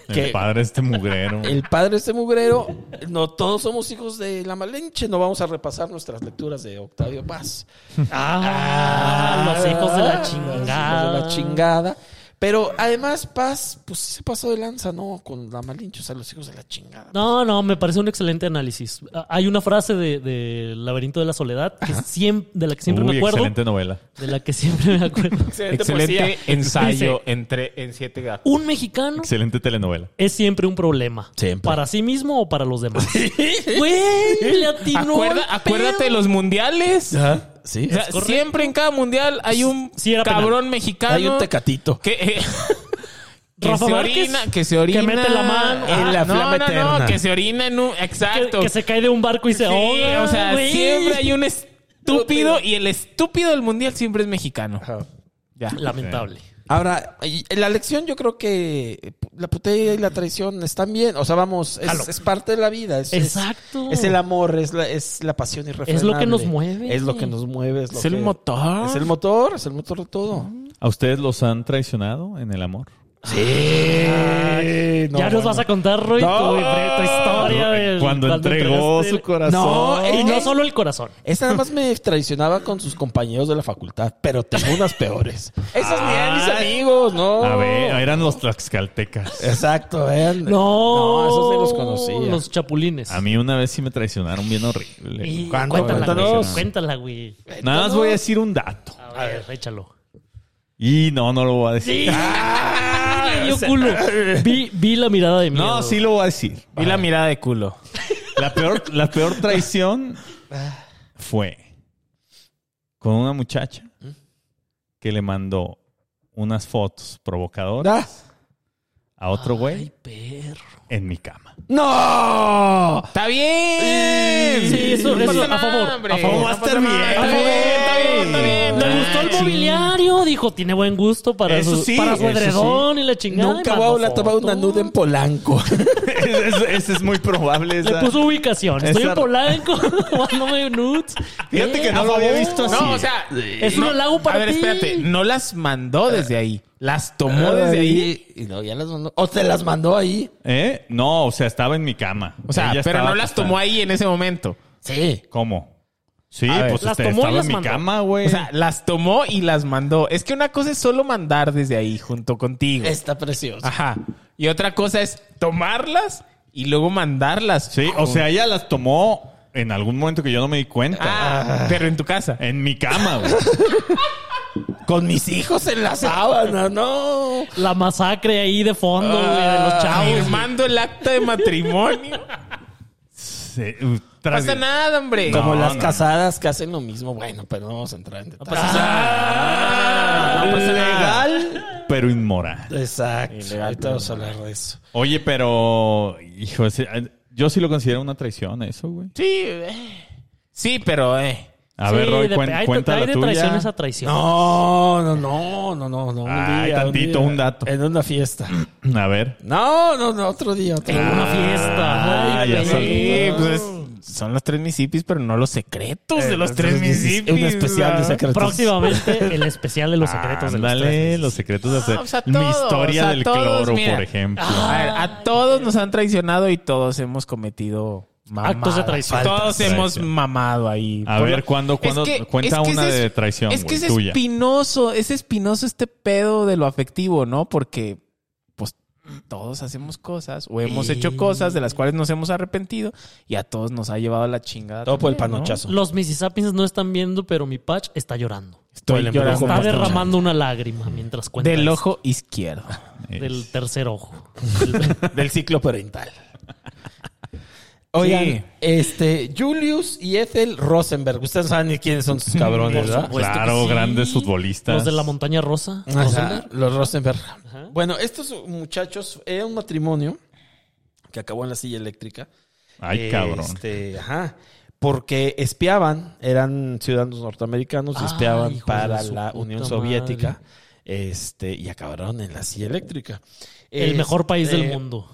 El padre este mugrero. El padre de este mugrero. No todos somos hijos de la malenche. No vamos a repasar nuestras lecturas de Octavio Paz. Ah, los hijos de la Ah, chingada. Los hijos de la chingada. Pero además, Paz, pues sí se pasó de lanza, ¿no? Con la malinche, o sea, los hijos de la chingada. No, no, me parece un excelente análisis. Ah, Hay una frase de, de Laberinto de la Soledad que siem- de la que siempre Uy, me acuerdo. excelente novela. De la que siempre me acuerdo. Excelente ensayo entre, en siete gatos. Un mexicano Excelente telenovela. es siempre un problema. Siempre. Para sí mismo o para los demás. Güey, le atinó al Acuerda- pedo. acuérdate de los mundiales. Sí. O sea, correcto. siempre en cada mundial hay un Sí, era penal. cabrón mexicano. Hay un tecatito. que, eh, que Rafa se Márquez, orina, que se orina. que mete la mano. en la Ah, no, flama no, eterna. No, que se orina en un. Que, Exacto. que se cae de un barco y se Sí, ahoga. o sea, güey. siempre hay un estúpido y el estúpido del mundial siempre es mexicano. Ya. Lamentable. Ahora, y- la lección yo creo que eh, la putería y la traición están bien. O sea, vamos, Jalo. es, es parte de la vida. Es, es- Exacto. Es, el amor, es la, es la pasión irrefrenable. Es lo que nos mueve. Es lo que nos mueve. Es, lo Es el que- motor. Es el motor, es el motor de todo. ¿A ustedes los han traicionado en el amor? Eh, no, ya nos bueno. vas a contar, Roy, tu- tu, historia. del- Cuando entregó entregaste- su corazón. No, eh, Y no solo el corazón. Esa nada más me traicionaba con sus compañeros de la facultad, pero tengo unas peores. Ah. Esas ni eran mis amigos, ¿no? A ver, eran los tlaxcaltecas. Exacto, vean. No, No, esos ni los conocía. Los chapulines. A mí una vez sí me traicionaron bien horrible. Y ¿Cuándo? Cuéntala, Cuéntanos. güey. Cuéntala, güey. Nada más voy a decir un dato. A ver, échalo. Y no, no lo voy a decir. Me dio culo. Vi, vi la mirada de miedo. No, sí lo voy a decir. Y la mirada de culo. La peor, la peor traición fue con una muchacha que le mandó unas fotos provocadoras a otro güey perro. en mi cama. ¡No! ¡Está bien! Sí, eso- No eso, pasa a nada, favor, hombre. a favor. No Va a pasa estar nada. bien, Está bien, está bien, está bien. Le gustó el mobiliario, dijo, tiene buen gusto para Eso su, sí, para su eso edredón y la chingada. y Nunca mandó voy a tomar una fotos. nude en Polanco. Ese es- ese es muy probable. Le esa- puso ubicación. Estoy Esa- en Polanco, tomándome nudes. Fíjate que no lo había visto así. No, o sea, Es un halago para A ver, ti. espérate, no las mandó desde ahí, las tomó desde ahí. Y no, ya las mandó. O te las mandó ahí. ¿Eh? No, o sea, estaba en mi cama. O sea, Ella pero estaba no las tomó acostada. ahí en ese momento. Sí. ¿Cómo? Sí, A ver. pues Las este, tomó y estaba las en mi mandó. cama, güey. O sea, las tomó y las mandó. Es que una cosa es solo mandar desde ahí junto contigo. Está preciosa. Ah, Ajá. Y otra cosa es tomarlas y luego mandarlas. sí, o sea, ella las tomó en algún momento que yo no me di cuenta. Ah, pero en tu casa. En mi cama, güey. Con mis hijos en la sábana, no. La masacre ahí de fondo, güey, de Ah, los chavos. Firmando el acta de matrimonio. Sí, uh, No tras- pasa nada, hombre. No, Como las no. casadas que hacen lo mismo. Bueno, pero no vamos a entrar en detalles. Ah, No pasa nada. legal, pero inmoral. Exacto. Ahorita vamos a hablar de eso. Oye, pero, hijo, ese- yo sí lo considero una traición eso, güey. Sí, eh. sí, pero eh. A ver, Roy, de- cuen- hay- cuenta hay la de tuya. traiciones a traición. No, no, no, no, no, no. Un Ay, día, tantito, día. un dato. En una fiesta. A ver. No, no, no, otro día, otro día. Una fiesta. Ah, Ay, ya güey. salí. Sí, pues, son los tres misipis, pero no los secretos de los tres ah, misipis. Un especial de ¿verdad? secretos. Próximamente el especial de los secretos de los Ándale, tres. los secretos de hacer. o sea, Mi todo, historia o sea, del todos, cloro, mira. por ejemplo. A ver, a todos nos han traicionado y todos hemos cometido mamadas. Actos de traición. Todos Faltas. hemos Traición. mamado ahí. A Por ver, lo- ¿cuándo- cuándo- cuenta una ese de traición, Es que güey, es tuya? espinoso, es espinoso este pedo de lo afectivo, ¿no? Porque, pues, todos hacemos cosas o hemos hecho cosas de las cuales nos hemos arrepentido y a todos nos ha llevado la chingada. Todo por el también, ¿no? panochazo. Los Mississippians no están viendo, pero mi patch está llorando. Estoy Por el llorando. embrujo Está Bastante. derramando una lágrima mientras cuenta. Del esto. ojo izquierdo. Eh, Del tercer ojo. Del ciclo parental. Oigan, Sí. este, Julius y Ethel Rosenberg. Ustedes saben ni quiénes son sus cabrones, ¿verdad? supuesto que claro, sí. grandes futbolistas. Los de la montaña rosa. Ajá, Rosenberg. los Rosenberg. Bueno, estos muchachos, era un matrimonio que acabó en la silla eléctrica. Ay, cabrón. Este, ajá. Porque espiaban, eran ciudadanos norteamericanos y Ay, espiaban hijo de para su la puta Unión madre. Soviética. Este, y acabaron en la silla eléctrica. El mejor país del Este, mundo.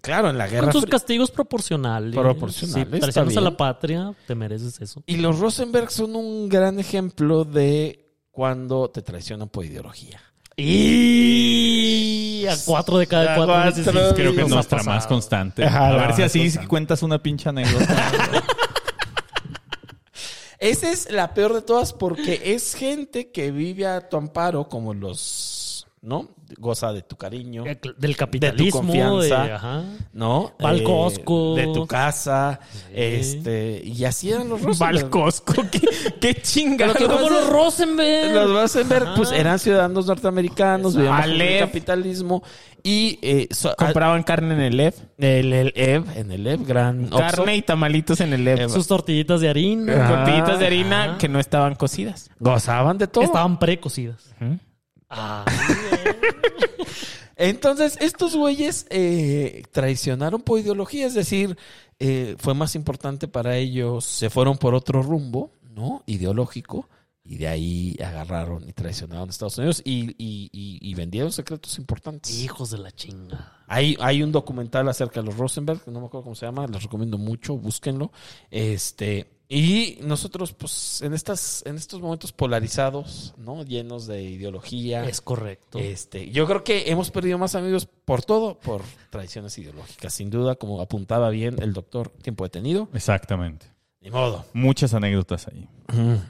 Claro, en la guerra. Con sus Fría. castigos proporcionales. Proporcionales, Si está traicionas a bien. la patria, te mereces eso. Y los Rosenberg son un gran ejemplo de cuando te traicionan por ideología. Y a cuatro de cada A cuatro. cuatro. Mississippians. Creo que nos es ha nuestra pasado. más constante. Ajá, a la ver más si así cuentas una pincha anécdota. Esa es la peor de todas porque es gente que vive a tu amparo como los, ¿no? Goza de tu cariño, Eh, Del capitalismo. De confianza. ajá. ¿no? Val Eh, Cosco. de tu casa, este, y así eran los Rosenberg. Valcosco, qué, qué chinga. Pero que Como los Rosenberg. Los Rosenberg, Ajá. pues eran ciudadanos norteamericanos, vivían bajo el Aleph. capitalismo y eh, so- Compraban carne en el EF. el, el EV, en el EV, gran Oxxo. Carne y tamalitos en el EF. Sus tortillitas de harina. tortillitas de harina que no estaban cocidas. gozaban de todo. Estaban precocidas. Ah, Entonces, estos güeyes eh, traicionaron por ideología, es decir, eh, fue más importante para ellos, se fueron por otro rumbo, ¿no? Ideológico, y de ahí agarraron y traicionaron a Estados Unidos y, y- y- y vendieron secretos importantes. hijos de la chingada. Hay, hay un documental acerca de los Rosenberg, no me acuerdo cómo se llama, les recomiendo mucho, búsquenlo. Este, y nosotros, pues, en, estas, en estos momentos polarizados, ¿no? Llenos de ideología. Es correcto. Este, yo creo que hemos perdido más amigos por todo, por traiciones ideológicas, sin duda, como apuntaba bien el doctor tiempo detenido. Exactamente. Ni modo. Muchas anécdotas ahí.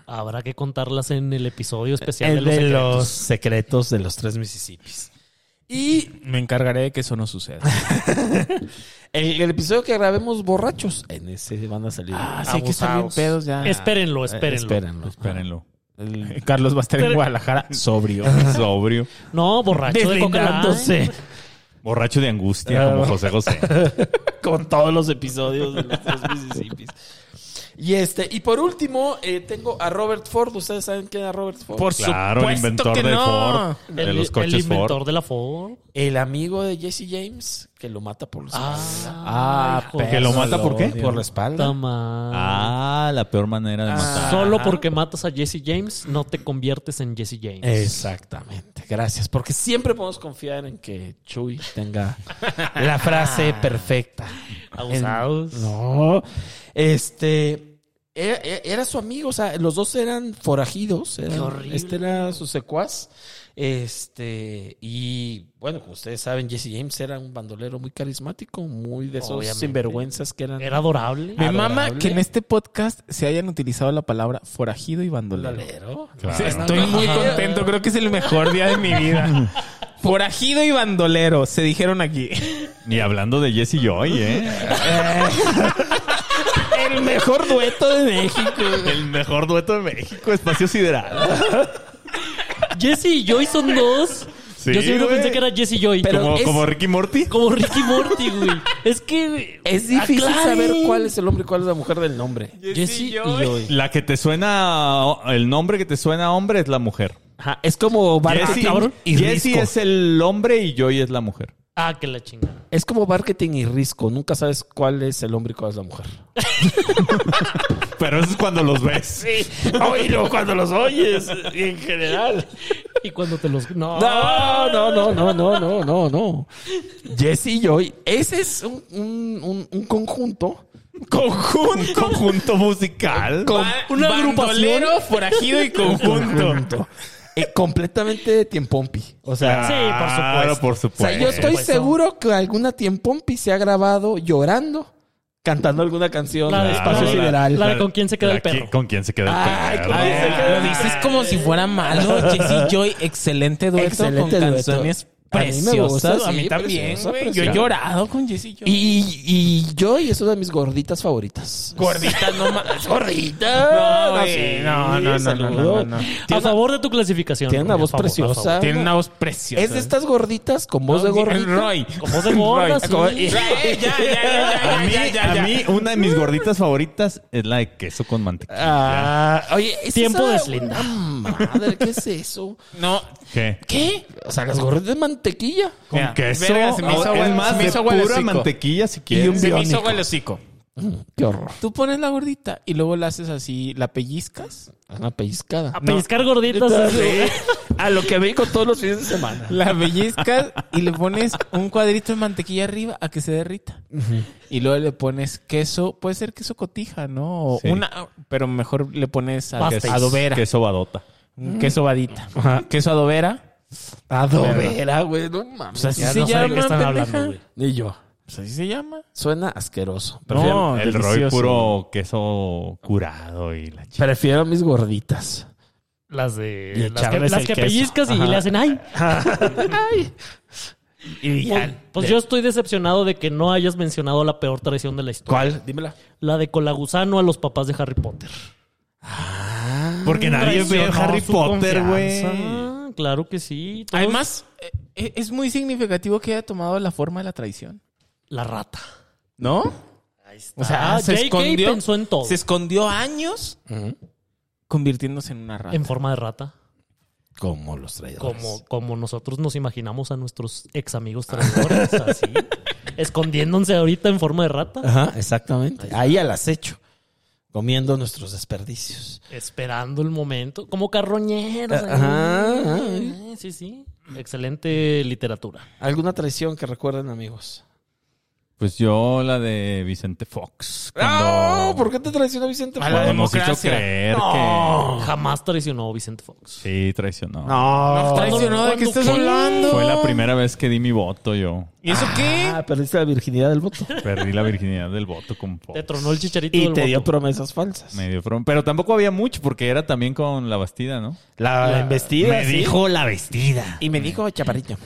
Habrá que contarlas en el episodio especial El de los secretos. secretos de los tres Mississippis. Y Me encargaré de que eso no suceda. el, el episodio que grabemos borrachos, en ese van a salir. Así Ah, que salen abusados. pedos ya. Espérenlo, Eh, espérenlo. espérenlo. Espérenlo. El- Carlos va a estar en Pero- Guadalajara sobrio. Sobrio. No, borracho de coca Lime. Deslindándose Borracho de angustia, como José José. con todos los episodios de los tres Mississippis. Y este, y por último, eh, tengo a Robert Ford. ¿Ustedes saben quién era Robert Ford? Por Claro, el supuesto inventor que de no. Ford, de El, los coches el inventor Ford. de la Ford. El amigo de Jesse James que lo mata por la espalda. Ah, hijo ¿Que de lo su mata por qué? Por la espalda. puta madre. Ah, la peor manera de matar. Solo porque matas a Jesse James, no te conviertes en Jesse James. Exactamente, gracias. Porque siempre podemos confiar en que Chuy tenga la frase perfecta. Abusados. En- no. Este. Era, era su amigo, o sea, los dos eran forajidos. eran- Qué horrible. Este era su secuaz. Este. Y bueno, como ustedes saben, Jesse James era un bandolero muy carismático, muy de esos Obviamente. sinvergüenzas que eran. Era adorable. Me mama Adorable. que en este podcast se hayan utilizado la palabra forajido y bandolero. bandolero. Claro. Estoy muy contento, creo que es el mejor día de mi vida. Forajido y bandolero, se dijeron aquí. Y hablando de Jesse Joy, ¿eh? El mejor dueto de México. El mejor dueto de México, Espacio Sideral. Jesse y Joy son dos. Sí, Yo siempre güey. pensé que era Jesse Joy. como, como, como Ricky Morty. como Ricky Morty, güey. Es que. Es difícil Aclaren. saber cuál es el hombre y cuál es la mujer del nombre. Jesse y Joy. La que te suena, el nombre que te suena a hombre es la mujer. Ajá, es como Jesse, marketing y Jesse risco. es el hombre y Joy es la mujer. Ah, que la chingada. Es como marketing y risco. Nunca sabes cuál es el hombre y cuál es la mujer. Pero eso es cuando los ves. Oílo cuando los oyes, en general. Y cuando te los. No. No, no, no, no, no, no, no, no. Jesse y Joy. Ese es un, un- un- un conjunto. Un conjunto musical. Una agrupación. Bandolero, forajido y conjunto. eh, completamente tiempompi. O sea, Ah, Sí, por Claro, supuesto. por o sea, supuesto. yo estoy Pues, seguro que alguna tiempompi se ha grabado llorando, cantando alguna canción. La de Espacio la- Sideral. la de con quién se queda La el perro. qui- Con quién se queda Ay, el con quién se perro. queda- Lo dices como si fuera malo. Jesse Joy, excelente dueto Excelente con dueto. canciones A mí me gusta, preciosas. A mí, sí, también, preciosa, güey. Yo preciosa. he llorado con Jesse Joy. Y, y Joy es una de mis gorditas favoritas. gordita no más. Gordita. No, güey, no, no, no, saludo. no, no, no. A favor de tu clasificación. Tiene una güey, a voz favor, a preciosa. favor. Tiene una voz preciosa. Es de estas gorditas con voz de gordita. Roy. Con voz de gorda, sí. Ya, ya, ya, A ya, mí, ya, ya, a ya. mí, una de mis gorditas favoritas es la de queso con mantequilla. Ah, oye, ¿es Tiempo esa de Slinda. una Madre, ¿qué es eso? No, Ah, ¿Qué? ¿Qué? O sea, las gorditas de mantequilla. Con Mira, queso. verga, se me hizo es agua- se más, me de hizo agua el pura hocico. mantequilla si quieres. se me hizo agua el hocico. Qué horror. Tú pones la gordita y luego la haces así, la pellizcas. Una A pellizcada. pescar gorditas. A lo que veo con todos los fines de semana. La pellizcas y le pones un cuadrito de mantequilla arriba a que se derrita. Y luego le pones queso, puede ser queso cotija, ¿no? O Sí. Una, pero mejor le pones a- Pastéis. adobera, Queso badota. Mm. queso vadita, queso adobera. Adobera, güey. No mames. Pues así Ya Ah, no sé se de llama, qué están pendeja. hablando, güey. Y yo. Pues así se llama. Suena asqueroso. Prefiero, No, el Roy delicioso. puro queso curado y la chica. prefiero mis gorditas. Las de. Las que, echarles las el que queso. pellizcas y le hacen ay. Y Pues, pues yo estoy decepcionado de que no hayas mencionado la peor traición de la historia. ¿Cuál? Dímela. La de Colagusano a los papás de Harry Potter. Porque nadie ve traicionó Harry su Potter, güey. Ah, claro que sí. Todos- Además, eh, es muy significativo que haya tomado la forma de la traición. la rata. ¿No? O sea, Ah, se JK escondió. pensó en todo. Se escondió años convirtiéndose en una rata. En forma de rata. Como los traidores. Como, como nosotros nos imaginamos a nuestros ex amigos traidores, así. Escondiéndose ahorita en forma de rata. Ajá, exactamente. Ahí al acecho. Comiendo nuestros desperdicios. Esperando el momento. Como carroñeros. ahí. Ah, Ajá. Eh, Sí, sí. Excelente literatura. ¿Alguna traición que recuerden, amigos? Pues yo la de Vicente Fox. ¡Ah! cuando- ¿Por qué te traicionó Vicente? A la cuando nos hizo democracia. creer que Jamás traicionó a Vicente Fox. sí traicionó. No, traicionó, ¿de qué ¿Cuándo estás fue? hablando? Fue la primera vez que di mi voto yo. ¿Y eso qué? Ah, perdiste la virginidad del voto. Perdí la virginidad del voto con Fox. Te tronó el chicharito Y del te dio voto. promesas falsas. Me dio from- Pero tampoco había mucho porque era también con la bastida, ¿no? La, embestida. me dijo la vestida. Y me dijo Chaparrito.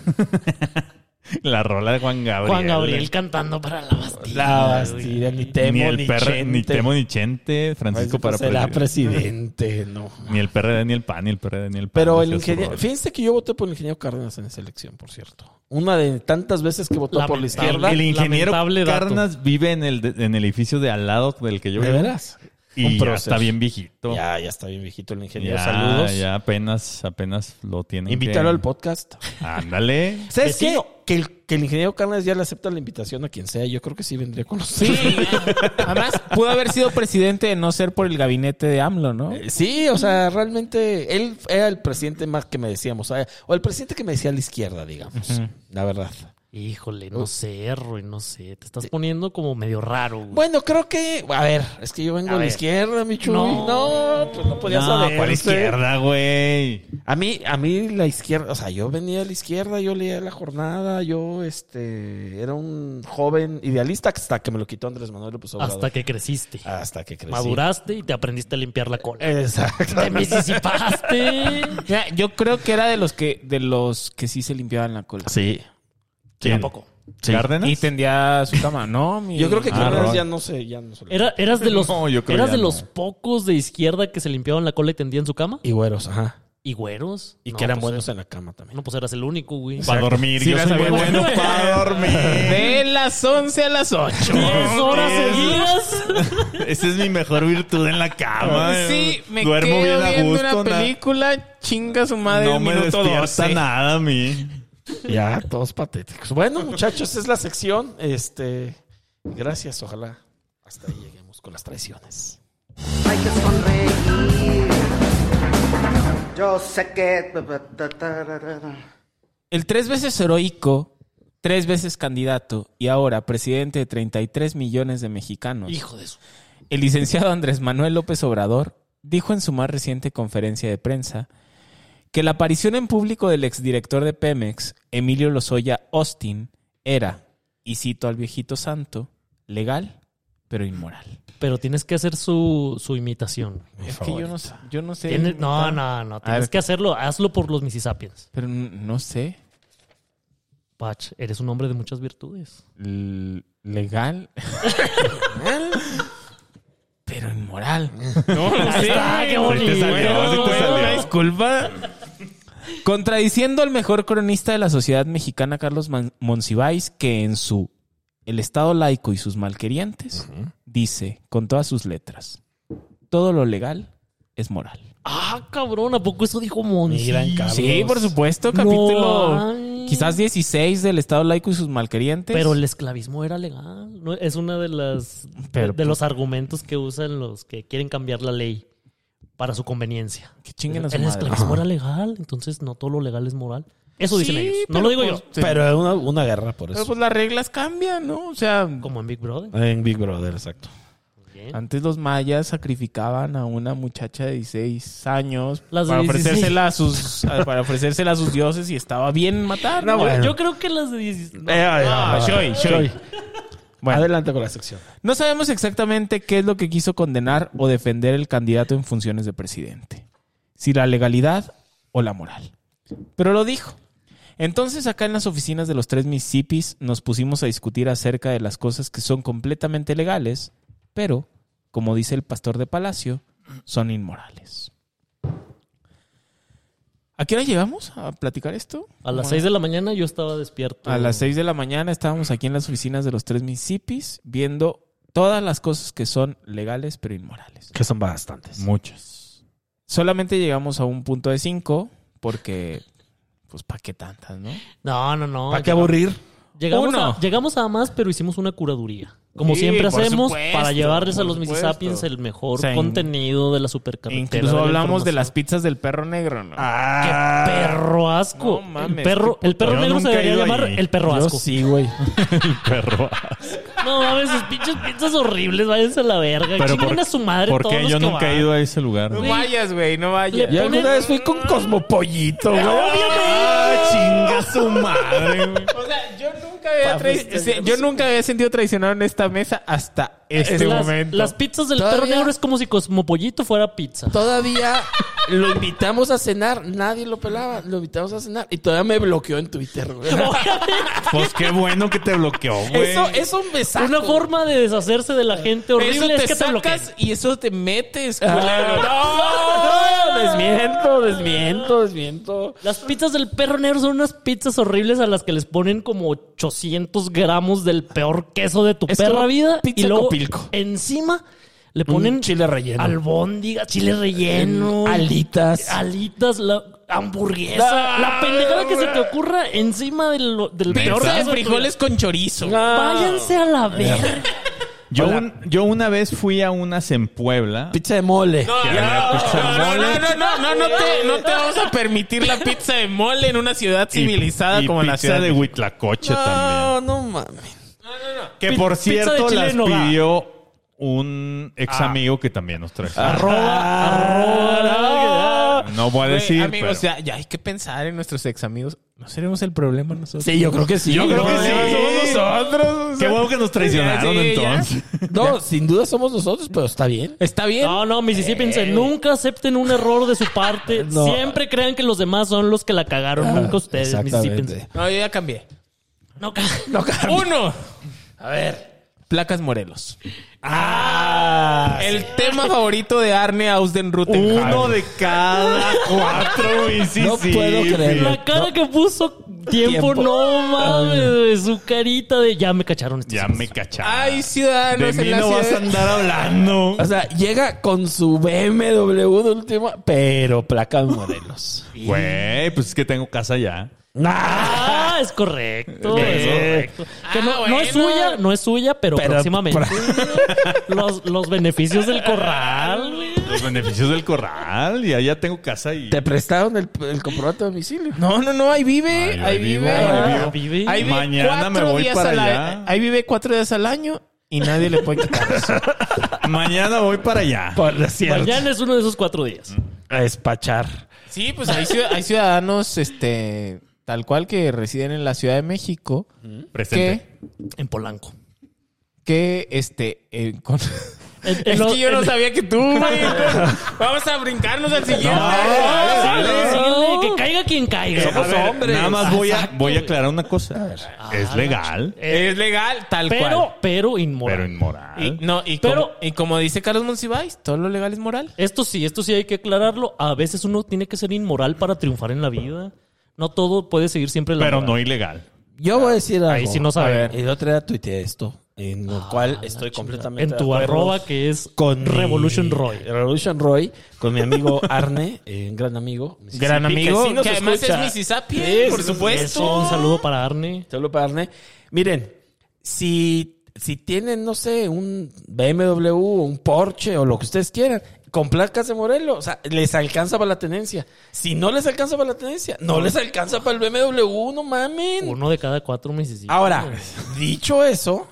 La rola de Juan Gabriel. Juan Gabriel cantando para la Bastilla. La bastida, ni Temo, ni ni, el perro, ni Chente. Temo ni Chente, Francisco para Será presidente. presidente, no. Ni el PRD, ni el PAN, ni el PRD, ni el PAN. Pero no el seas ingeniero. horror. Fíjense que yo voté por el ingeniero Cárdenas en esa elección, por cierto. Una de tantas veces que votó por la Lamentable. izquierda. El ingeniero Lamentable dato. Carnas vive en el, de- en el edificio de al lado del que yo ¿De vivo. veras? Un Y ya prócer. está bien viejito. Ya, ya está bien viejito el ingeniero. Ya, Saludos. ya apenas, apenas lo tienen. Invítalo que- al podcast. Ándale. ¿Sabes qué? Vecino. Que el, que el ingeniero Carnes ya le acepta la invitación a quien sea. Yo creo que sí vendría con nosotros. Sí. Además, pudo haber sido presidente de no ser por el gabinete de AMLO, ¿no? Eh, Sí, o sea, realmente él era el presidente más que me decíamos, eh, o el presidente que me decía a la izquierda, digamos, la verdad. Híjole, no sé, Roy, no sé. Te estás poniendo como medio raro, güey. Bueno, creo que, a ver, es que yo vengo A a, la ver. izquierda, mi chuy. No, No. pues no podía No, saber. ¿cuál ¿sí? izquierda, güey? A mí, a mí la izquierda, o sea, yo venía a la izquierda, yo leía la jornada, yo, este, era un joven idealista hasta que me lo quitó Andrés Manuel López Obrador. Hasta que creciste. Hasta que crecí. Maduraste y te aprendiste a limpiar la cola. pues Exacto. Te misisipaste. Mira, yo creo que era de los que de los que sí se limpiaban la cola. Sí. ¿Quién? Tampoco. ¿Cárdenas? Y tendía su cama. No, mi... Yo creo que Ah, Cardenas Roy. ya no sé, ya no se lo- Era, eras de los, No, yo creo eras ya de no. los pocos de izquierda que se limpiaban la cola y tendían su cama. Y güeros, ajá. Y güeros. Y No, que eran pues, buenos en la cama también. No, pues eras el único, güey. Para dormir. Sí, Yo la soy muy sabía. bueno para dormir. De las 11 a las 8. Diez horas Diez. seguidas. Esa es mi mejor virtud en la cama. Sí, me Duermo quedo bien a viendo gusto, una na- película, chinga su madre No el me minuto despierta 12. nada a mí. Ya, todos patéticos. Bueno, muchachos, es la sección. Este, gracias, ojalá hasta ahí lleguemos con las traiciones. Hay que sonreír. Yo sé que. El tres veces heroico, tres veces candidato y ahora presidente de 33 millones de mexicanos, Hijo de su. el licenciado Andrés Manuel López Obrador dijo en su más reciente conferencia de prensa que la aparición en público del exdirector de Pemex, Emilio Lozoya Austin, era, y cito al viejito santo, legal pero inmoral. Pero tienes que hacer su, su imitación. Es que yo no, sé- yo no sé. Tienes- no, imitar, no, no. A Tienes ver. que hacerlo. Hazlo por los Mississippians. Pero n- no sé. Pach, eres un hombre de muchas virtudes. L- legal. pero inmoral. No, no Ahí está, qué bonito. te salió, así te salió. Una disculpa. Contradiciendo al mejor cronista de la sociedad mexicana, Carlos Man- Monsiváis, que en su El Estado laico y sus malquerientes, dice con todas sus letras: Todo lo legal es moral. Ah, cabrón, ¿a poco eso dijo Monsi? Sí, por supuesto, No, capítulo ay. quizás 16 del Estado laico y sus malquerientes. Pero el esclavismo era legal. ¿no? Es uno de, las, Pero, pues de, de los argumentos que usan los que quieren cambiar la ley para su conveniencia. que chinguen a su el madre. esclavismo era legal, entonces no todo lo legal es moral. Eso dicen Sí, ellos. No pero lo digo pues, yo. sí. Pero era una, una guerra por Pero eso. pues las reglas cambian, ¿no? O sea, Como en Big Brother. En Big Brother, exacto. Bien. antes los mayas sacrificaban a una muchacha de 16 años Las de para 16. ofrecérsela a sus a- para ofrecérsela a sus dioses y estaba bien matar. No, Yo- bueno. Yo creo que las de 16. Eh, no. Ah, Shoy, Shoy. Bueno. Adelante con la sección. No sabemos exactamente qué es lo que quiso condenar o defender el candidato en funciones de presidente. Si la legalidad o la moral. Pero lo dijo. Entonces acá en las oficinas de los tres Mississippis nos pusimos a discutir acerca de las cosas que son completamente legales, pero, como dice el pastor de Palacio, son inmorales. ¿A qué hora llegamos a platicar esto? A las Bueno. 6 de la mañana yo estaba despierto. A las 6 de la mañana estábamos aquí en las oficinas de los tres municipios viendo todas las cosas que son legales pero inmorales. Que son bastantes. Muchas. Solamente llegamos a un punto de 5 porque, pues, ¿para qué tantas, no? No, no, no. ¿Para qué Llegamos- aburrir? Llegamos Uno. a, llegamos a más, pero hicimos una curaduría. Como Sí, siempre por hacemos supuesto, para llevarles a por los supuesto. Mississippians el mejor O sea, in- contenido de la supercarretera. Incluso la hablamos de información. las pizzas del perro negro, Ah, ¡Qué ¿no? perro asco! No mames, el perro, qué el perro Yo negro se nunca he debería ido llamar ahí. el perro asco. güey. Perro. No mames, sus pinches pizzas horribles, váyanse a la verga. Pero Chinguen por- a su madre ¿Por todos qué los yo que nunca van. he ido a ese lugar? No güey? vayas, güey, no vayas. Yo Le- alguna vez fui con Cosmopollito, güey. Ah, chinga su madre, güey. O sea, yo nunca había, trai- este, se- yo nunca había sentido traicionado en esta mesa hasta este las, momento. las pizzas del perro Todavía- negro es como si Cosmopollito fuera pizza. Todavía lo invitamos a cenar, nadie lo pelaba, lo invitamos a cenar y todavía me bloqueó en Twitter, güey. Pues qué bueno que te bloqueó, güey. Eso, eso me saca. Una forma de deshacerse de la gente eso horrible te es que te bloqueen. sacas y eso te metes, culero. Ah, no, desmiento, desmiento, desmiento. Las pizzas del perro negro son unas pizzas horribles a las que les ponen como 800 gramos del peor queso de tu Es perra como vida. pizza y luego Copilco. encima Le ponen Un chile relleno. albóndiga, chile relleno, Alitas. alitas, la hamburguesa, Ah, la pendejada que se te ocurra encima del, del peor Pizza caso de de tu- frijoles con chorizo. Váyanse a la verga. Yo, un- yo una vez fui a unas en Puebla. Pizza de mole. que había pizza de No, mole. no, no, no, no, no te, no te vamos a permitir la pizza de mole en una ciudad y- civilizada y como la pizza ciudad de Huitlacoche también. No, no mames. Que por pizza de cierto chile las en hogar. pidió un ex amigo que también nos trajo. Ah. no voy a Güey, decir, amigos, pero- ya, ya hay que pensar en nuestros ex amigos. No seremos el problema nosotros. Sí, yo creo que sí. Yo creo que sí. Somos nosotros. Qué bueno que nos traicionaron Sí, ya. entonces. No, sin duda somos nosotros, pero está bien. Está bien. No, no, Mississippi, nunca acepten un error de su parte. Siempre crean que los demás son los que la cagaron, nunca ustedes, Mississippi. No, yo ya cambié. No, Uno. A ver. Placas Morelos. Ah. El tema favorito de Arne Ausden Ruttenhauer. Uno de cada cuatro güey, sí, No sí, puedo güey. creerlo. La cara que puso tiempo, Tiempo. no mames, de su carita de ya me cacharon estos. Ya me cacharon. Ah, Ay, ciudadanos de en mí la no vas a ciudad- andar hablando. O sea, llega con su BMW de última, pero placa de Morelos. Güey, pues es que tengo casa ya. Ah, es correcto. es Eh. correcto. Que no, Ah, no es bueno. suya, no es suya, pero, Pero- próximamente. los, los beneficios del corral, güey. Los beneficios del corral. Y allá tengo casa y. Te prestaron el, el comprobante de domicilio. No, no, no, ahí vive. Ay, ahí ahí vivo, vive. ahí Ah. vivo. Vive. Ahí vive Mañana cuatro me voy días para al- allá. Ahí vive cuatro días al año y nadie le puede quitar eso. Mañana voy para allá. Mañana es uno de esos cuatro días. A despachar. Sí, pues hay, ciu- hay ciudadanos, este, tal cual que residen en la Ciudad de México, Presente. que, En Polanco. que, este, eh, con- En- en es lo- que yo no en- sabía que tú, güey. Vamos a brincarnos al Sí, siguiente. dale, sí, Que caiga quien caiga. Eh, A ver, Nada más voy a, voy a güey. aclarar una cosa. Ah, es legal, Es legal, tal Pero, cual. pero inmoral. pero inmoral. eh, Y, no, y, Pero- como, y como dice Carlos Monsiváis, todo lo legal es moral. Esto sí, esto sí hay que aclararlo. A veces uno tiene que ser inmoral para triunfar en la vida. No todo puede seguir siempre la pero moral. no ilegal. Yo voy a decir algo. Ahí sí no saben. A ver, El otro día tuiteé esto, en lo cual estoy completamente. En tu de acuerdo arroba que es con mi- Revolution Roy. Revolution Roy, con mi amigo Arne, eh, un gran amigo. Gran amigo, sí nos que además escucha. es Mississippi, Sí, por sí, supuesto. Eso, un saludo para Arne. Solo para Arne. Miren, si, si tienen, no sé, un BMW, un Porsche o lo que ustedes quieran, con placas de Morelos, o sea, les alcanza para la tenencia. Si no les alcanza para la tenencia, no les alcanza para el BMW, no mamen. Uno de cada cuatro Mississippi. Ahora, dicho eso,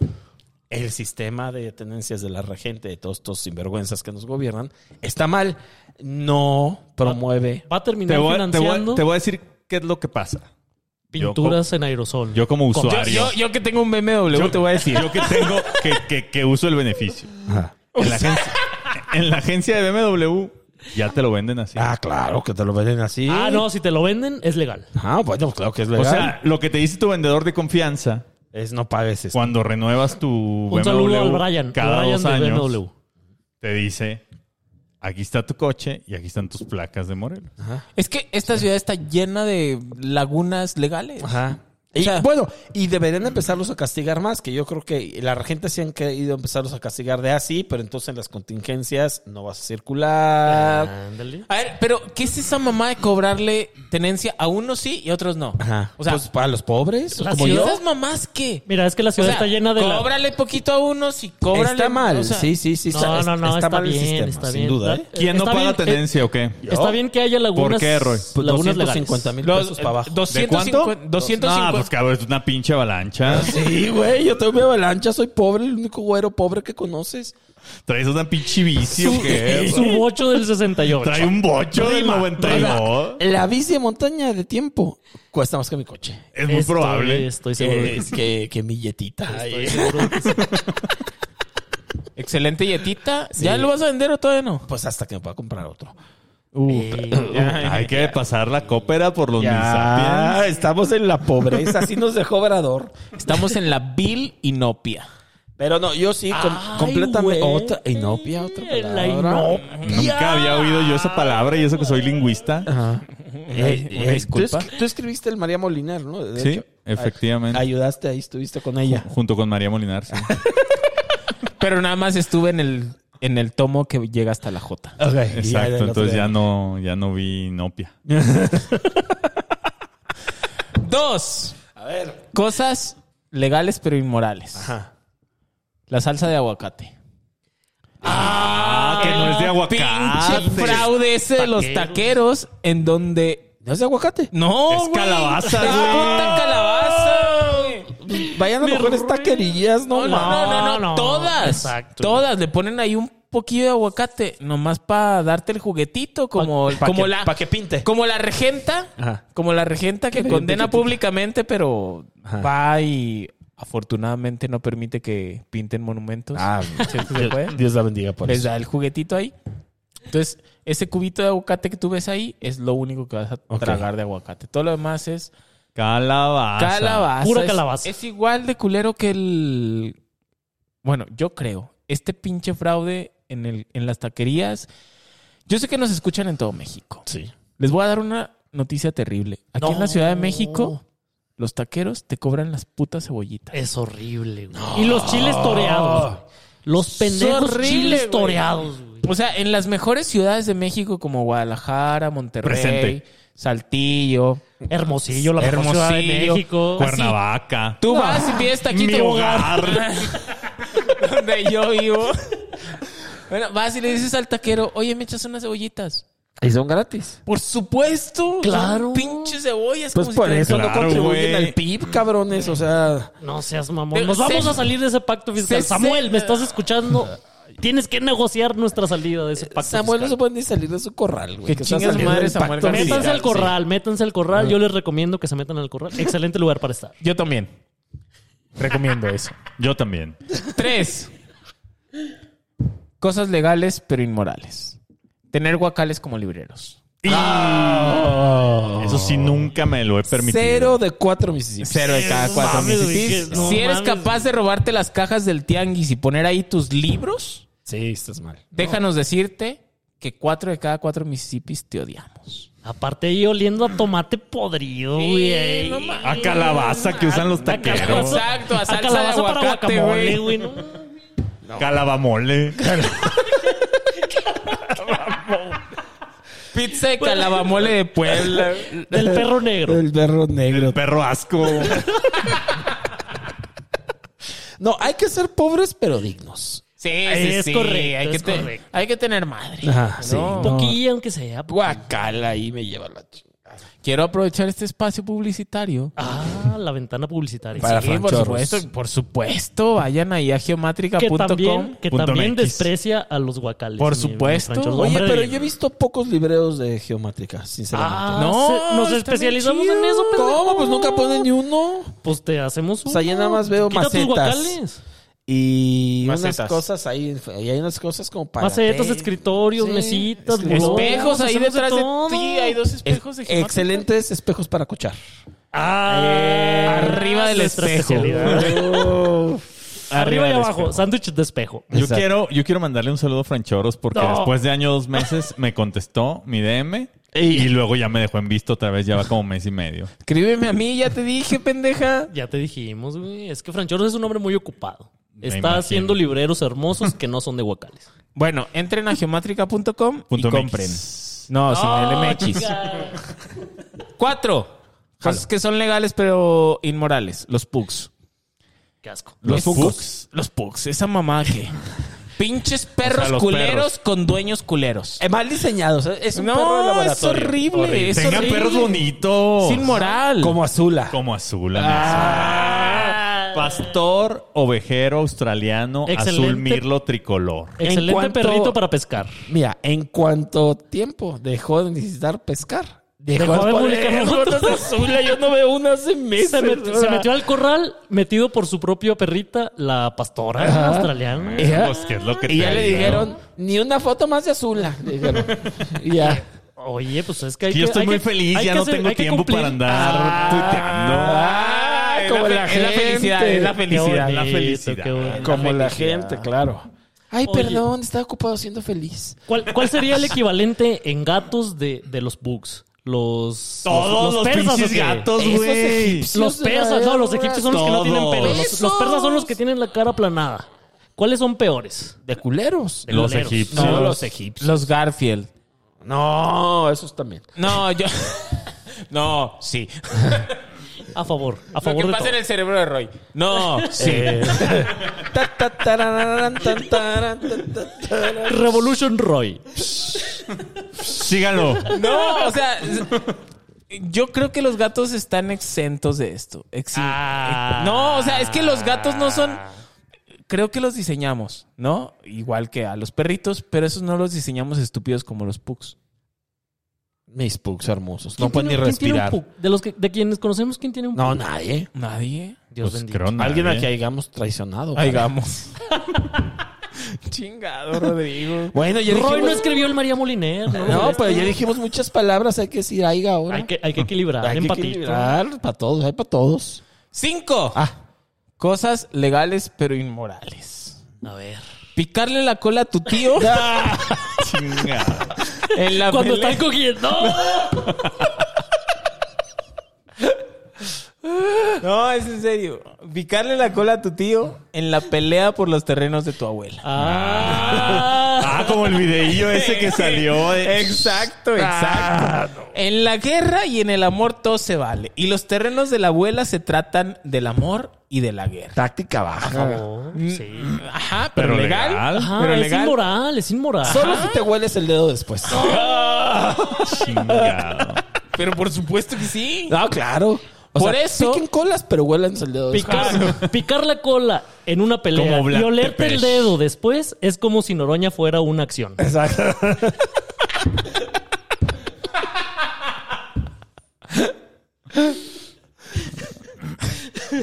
el sistema de tenencias de la regente, de todos estos sinvergüenzas que nos gobiernan, está mal. No promueve. Va a Te terminar voy, a- te, voy, financiando a- te voy a decir qué es lo que pasa. pinturas en aerosol. Yo como Yo, usuario. yo- yo que tengo un BMW, te voy a decir. Yo que tengo, que, que, que uso el beneficio. En, la agencia, en la agencia de BMW ya te lo venden así. Ah, claro, que te lo venden así. Ah, no, si te lo venden, es legal. Ah, bueno, claro que es legal. o sea, lo que te dice tu vendedor de confianza es no pagues esto. cuando renuevas tu BMW Un saludo al Brian. cada Brian dos de años BMW. te dice aquí está tu coche y aquí están tus placas de Morelos. Eh, Es que esta ciudad está llena de lagunas legales. Ajá. Y, O sea- bueno, y deberían empezarlos a castigar más, que yo creo que la gente se han querido empezarlos a castigar de así, pero entonces en las contingencias no vas a circular. Ándale. A ver, pero ¿qué es esa mamá de cobrarle tenencia a unos sí y a otros no? Ajá. O sea, pues para los pobres, la como ¿y yo. ciudad esas mamás qué? Mira, es que la O ciudad sea, está llena de la- cóbrale poquito a unos y cóbrale... está mal, o sea, sí, sí, sí. No, no, no, está, bien, está sin bien. duda. Está- ¿eh? ¿Quién no está paga bien, tenencia o qué? eh, Está bien que haya lagunas. ¿Por qué, Roy? Pues lagunas 250 legales. mil Los- pesos para abajo. ¿De 250, cuánto? 250. Ah, pues cabrón, es una pinche avalancha. Sí, güey, yo tengo mi avalancha, soy pobre, el único güero pobre que conoces. Traes una pinche vicio que Su bocho del 68. trae un bocho del Oiga, 92. la bici de montaña de tiempo cuesta más que mi coche. Es muy Estoy- probable. Eh, Estoy seguro. de que Que, sí. que, que mi yetita. Estoy seguro que sí. Excelente yetita. ¿Ya lo vas a vender o todavía no? Pues hasta que me pueda comprar otro. Eh, Hay que pasar la cópera por los Ya, misapiens. Ah, estamos en la pobreza, así nos dejó Obrador. Estamos en la vil inopia. Pero no, yo sí, com- Ay, completamente. güey. Otra, inopia, otra palabra. La inopia. Nunca había oído yo esa palabra y eso que soy lingüista. Eh, eh, Una tú, disculpa. es- tú escribiste el María Molinar, ¿no? De Sí, hecho, efectivamente. ayudaste ahí, estuviste con ella. Junto con María Molinar, sí. Pero nada más estuve en el en el tomo que llega hasta la J. Ok, y ya del Exacto, otro entonces día. ya no, ya no vi Nopia. Dos. A ver. Cosas legales pero inmorales. Ajá. La salsa de aguacate. Ah, que no es de Pinche fraude ese de los taqueros en donde... ¿No es de aguacate? No, Es güey. calabaza, Es güey. puta calabaza, güey. Vayan a Me mejores re- taquerillas, no, No, no, no, no, no, todas. exacto. Todas le ponen ahí un poquillo de aguacate, nomás para darte el juguetito, como, Pa' como que- la pa' que pinte. como la regenta, Ajá. como la regenta que bien, condena chiquitita. públicamente, pero Ajá. va y afortunadamente no permite que pinten monumentos. Ah, ¿Sí se puede? Dios la bendiga por Les eso. da el juguetito ahí. Entonces, ese cubito de aguacate que tú ves ahí es lo único que vas a Ok. tragar de aguacate. Todo lo demás es Calabaza. Calabaza. Pura Es- calabaza. Es, igual de culero que el. Bueno, yo creo. Este pinche fraude en, el, en las taquerías. Yo sé que nos escuchan en todo México. Sí. Les voy a dar una noticia terrible. Aquí en la Ciudad de México, los taqueros te cobran las putas cebollitas. Es horrible, güey. Y los chiles toreados. güey. Los pendejos horrible, chiles güey. toreados, güey. O sea, en las mejores ciudades de México, como Guadalajara, Monterrey, Presente. Saltillo. Hermosillo, la mejor Hermosillo, ciudad de México. Cuernavaca. Ah, Tú vas y pides taquito. Mi hogar. donde yo vivo. Bueno, vas y le dices al taquero, oye, me echas unas cebollitas. Y son gratis. Por supuesto. Claro. son Pinches cebollas. Pues como por si te- eso Claro, no contribuyen güey. al PIB, cabrones. O sea, No seas Pero mamón. Nos vamos se- a salir de ese pacto fiscal. se- Samuel, se- ¿me estás escuchando? Tienes que negociar nuestra salida de ese pacto Samuel no se fiscal. puede ni salir de su corral, güey. Que está chingue su saliendo madre del Samuel pacto García. fiscal, Métanse al sí. corral, métanse al corral. Yo les recomiendo que se metan al corral. Excelente lugar para estar. Yo también. Recomiendo eso. Yo también. Tres. Cosas legales pero inmorales. Tener guacales como libreros. Eso sí, nunca me lo he permitido. Cero de cuatro Mississippi. Cero de cada No cuatro. mames, güey, Mississippi. que no si eres mames. capaz de robarte las cajas del tianguis y poner ahí tus libros, Sí, estás mal. Déjanos decirte que cuatro de cada cuatro Mississippis te odiamos. Aparte ahí oliendo a tomate podrido, güey. no mames. A calabaza que usan los taqueros. Exacto, a salsa de calabaza aguacate, para guacamole, güey. güey. no. Calabamole. Pizza de calabamole de Puebla. Del perro negro. El perro negro. Perro asco. No, hay que ser pobres pero dignos. Sí, sí, Es sí. correcto, hay, que es te- correcto. hay que tener madre. Ajá, ¿no? sí. Poquilla, aunque sea. Guacala, ahí me lleva la ch- Quiero aprovechar este espacio publicitario. Ah, la ventana publicitaria. Para Sí, por fanchorros. supuesto, por supuesto. Vayan ahí a que geomátrica.com. también, que punto también MX. desprecia a los guacales. Por mi- mi supuesto. Francho. Oye, Oye, Hombre pero de- yo he visto pocos libreos de geomátrica, sinceramente. Ah, No, se- nos está especializamos bien en eso, chido. pero ¿Cómo? Pues nunca ponen ni uno. pues te hacemos un. sea, ya nada más veo macetas. tus guacales. Y Macetas. unas cosas ahí, y hay unas cosas como para... Macetas, té. escritorios, Sí, mesitas, escritorios. bolones, Espejos ahí hacemos detrás de todo. ti. Hay dos Es- espejos de geomátrica. excelentes espejos para cochar. Ah, arriba del nuestra espejo. especialidad. Arriba y del abajo, sándwich de espejo. Yo Exacto. quiero, yo quiero mandarle un saludo a Franchoros porque No. después de año dos meses me contestó mi DM y luego ya me dejó en visto otra vez, ya va como mes y medio. Escríbeme a mí, ya te dije, pendeja. Ya te dijimos, güey. Es que Franchoros es un hombre muy ocupado. Me Está imagino. haciendo libreros hermosos que no son de guacales. Bueno, entren a geomátrica.com y Punto MX. compren. No, sin el MX. Ah, Cuatro. Cosas que son legales pero inmorales. Los pugs. Qué asco. Los Esos- Pugs. Los pugs. Esa mamá que... Pinches perros los culeros perros. con dueños culeros. Eh, mal diseñados. eh, Es un perro de No, es laboratorio. horrible. Es Tengan horrible. perros bonitos. Es inmoral. Como Azula. Como azul. Ah. amigo. Pastor, ovejero, australiano, azul, Excelente. Eh, mirlo, tricolor. Excelente cuanto- perrito para pescar. Mira, ¿en cuánto tiempo dejó de necesitar pescar? Dejó de publicar fotos. Azula, yo no veo una hace meses. Se, met- se metió al corral metido por su propia perrita, la pastora australiana. Eh. Ya. Pues, ¿qué es ah. lo que Y te ya le digo? dijeron, ni una foto más de Azula. le dijeron. Y ya. Oye, pues es que hay Que yo que- estoy hay muy que- feliz, hay ya que no hacer- tengo hay que tiempo cumplir. para andar Ah, es como fe- la es la gente. felicidad, es la Qué felicidad. la bonito, felicidad. qué bonito. Como la gente, claro. Ay, Oye. perdón, estaba ocupado siendo feliz. ¿Cuál, cuál sería el equivalente en gatos de, de los bugs? Los. Todos los persas, pinches ¿o qué? gatos, Esos güey. egipcios Los de la persas, era no, los dura. egipcios son los que no tienen Todos. pelo. Los, los persas son los que tienen la cara aplanada. ¿Cuáles son peores? De culeros. Los culeros. egipcios. No, los egipcios. Los Garfield. No, esos también. No, yo. No, sí. A favor, a Lo favor que de pasa en todo. el cerebro de Roy. Eh. No, sí. Ta, ta, tararán, tan, tarán, tan, tan, tarán. Revolution Roy. Pues, Síganlo. No, o sea. Yo creo que los gatos están exentos de esto. Exi- Ah. No, o sea, es que los gatos no son. Creo que los diseñamos, ¿no? Igual que a los perritos, pero esos no los diseñamos estúpidos como los pugs. Mis pugs hermosos. No ¿Quién pueden pues, ni tiene- quién tiene un respirar. pu- de, los que, de quienes conocemos, ¿quién tiene un No, nadie. Nadie. Pues, creo nadie. Alguien a que hayamos traicionado. Digamos. Chingado, Rodrigo. Bueno, ya Roy dijimos... no escribió el María Moliner. No, Este, No, pero ya dijimos muchas palabras. Hay que decir aiga ahora. Hay que, hay que equilibrar. Hay que empatito. equilibrar para todos. Hay para todos. Cinco. Ah. Cosas legales pero inmorales. A ver. Picarle la cola a tu tío. Ah, en la Cuando pelea. están cogiendo. ¡No! No, es en serio. Picarle la cola a tu tío en la pelea por los terrenos de tu abuela. Ah. Ah, como el videillo ese que salió. de- Exacto, exacto. Ah, En la guerra y en el amor todo se vale. Y los terrenos de la abuela se tratan del amor y de la guerra. Táctica baja. Oh, sí. Ajá, pero, Pero legal. legal. Ajá, pero es legal. inmoral, es inmoral. Solo si te hueles el dedo después. Chingado. Pero por supuesto que sí. No, claro. Por eso- Piquen colas, pero huelen el dedo después. Picar, picar la cola en una pelea Como Black y olerte el Tepesh. dedo después es como si Noroña fuera una acción.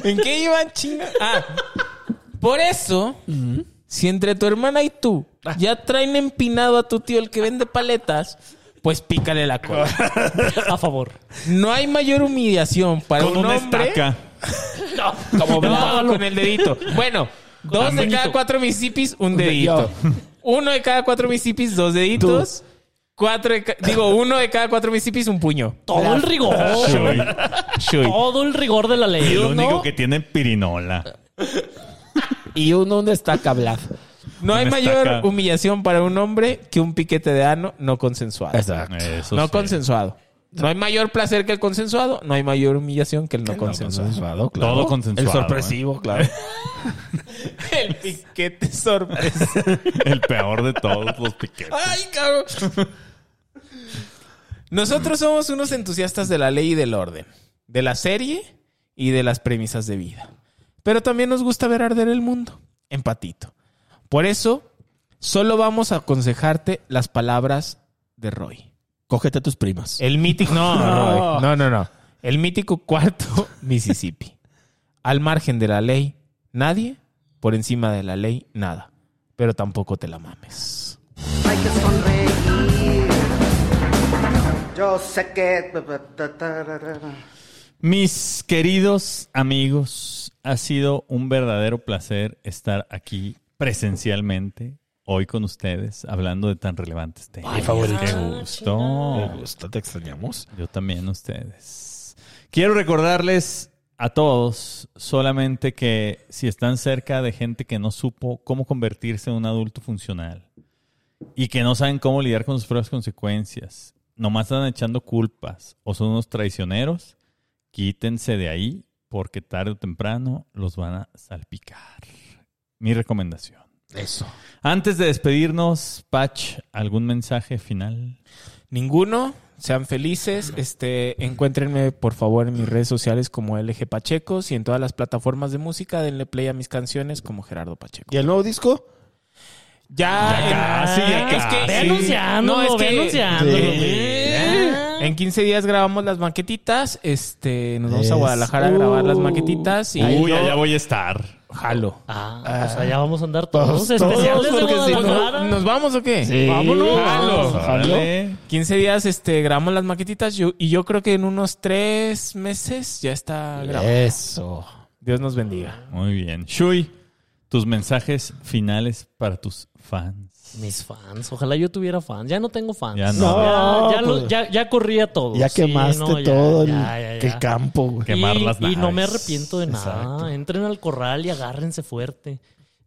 ¿En qué iban chinga? Ah, por eso, si entre tu hermana y tú ya traen empinado a tu tío el que vende paletas, pues pícale la cola. A favor. No hay mayor humillación para Con un una hombre. estaca. Como no, con el dedito. Bueno, dos de dedito. cada cuatro Mississippis, un dedito. Uno de cada cuatro Mississippis, dos deditos. Cuatro de ca- digo, uno de cada cuatro Mississippis, un puño. Todo el rigor. Chuy. Todo el rigor de la El ley. único que tiene pirinola. Y uno una estaca blad. No hay Una mayor estaca. humillación para un hombre que un piquete de ano no consensuado. Eso No sí. consensuado. No hay mayor placer que el consensuado, no hay mayor humillación que el no consensuado. Consensuado, Todo consensuado. El sorpresivo, claro. El piquete sorpresa. ¿eh? El peor de todos los piquetes. ¡Ay, cabrón! Nosotros somos unos entusiastas de la ley y del orden, de la serie y de las premisas de vida. Pero también nos gusta ver arder el mundo, empatito. Por eso, solo vamos a aconsejarte las palabras de Roy. Cógete a tus primas. El mítico. No, Roy, no, no, no. El mítico cuarto Mississippi. Al margen de la ley, nadie. Por encima de la ley, nada. Pero tampoco te la mames. Hay que sonreír. Yo sé que. Mis queridos amigos, ha sido un verdadero placer estar aquí presencialmente hoy con ustedes hablando de tan este relevantes temas. Mi favorito. Qué gusto. ¿Te extrañamos? Ah, Yo también a ustedes. Quiero recordarles a todos solamente que si están cerca de gente que no supo cómo convertirse en un adulto funcional y que no saben cómo lidiar con sus propias consecuencias, nomás están echando culpas o son unos traicioneros, quítense de ahí porque tarde o temprano los van a salpicar. Mi recomendación. Eso. Antes de despedirnos, Patch, ¿algún mensaje final? Ninguno. Sean felices. Este, encuéntrenme, por favor, en mis redes sociales como LG Pachecos y en todas las plataformas de música. Denle play a mis canciones como Gerardo Pacheco. ¿Y el nuevo disco? Ya, casi, ya es que, casi. Ah, Ve sí. anunciándolo, No, es ve que- anunciándolo, Sí. güey. En 15 días grabamos las maquetitas. Este, nos vamos a Guadalajara a grabar las maquetitas y Uh. Uy, yo allá voy a estar. jalo. Ah, o sea, ya vamos a andar todos, especiales de Porque si no- Guadalajara. ¿Nos vamos o qué? Vámonos. Jalo. Órale. 15 días este, grabamos las maquetitas yo- y yo creo que en unos 3 meses ya está grabado. Eso. Dios nos bendiga. Muy bien. Shui, tus mensajes finales para tus fans. Mis fans, ojalá yo tuviera fans. Ya no tengo fans. Ya no. Ya, ya, lo- pues, ya- ya corrí a todos. Ya Sí, quemaste no, ya, todo el, ya, ya, el ya. campo, güey. Quemar y, las y no me naves. arrepiento de nada. Entren al corral y agárrense fuerte.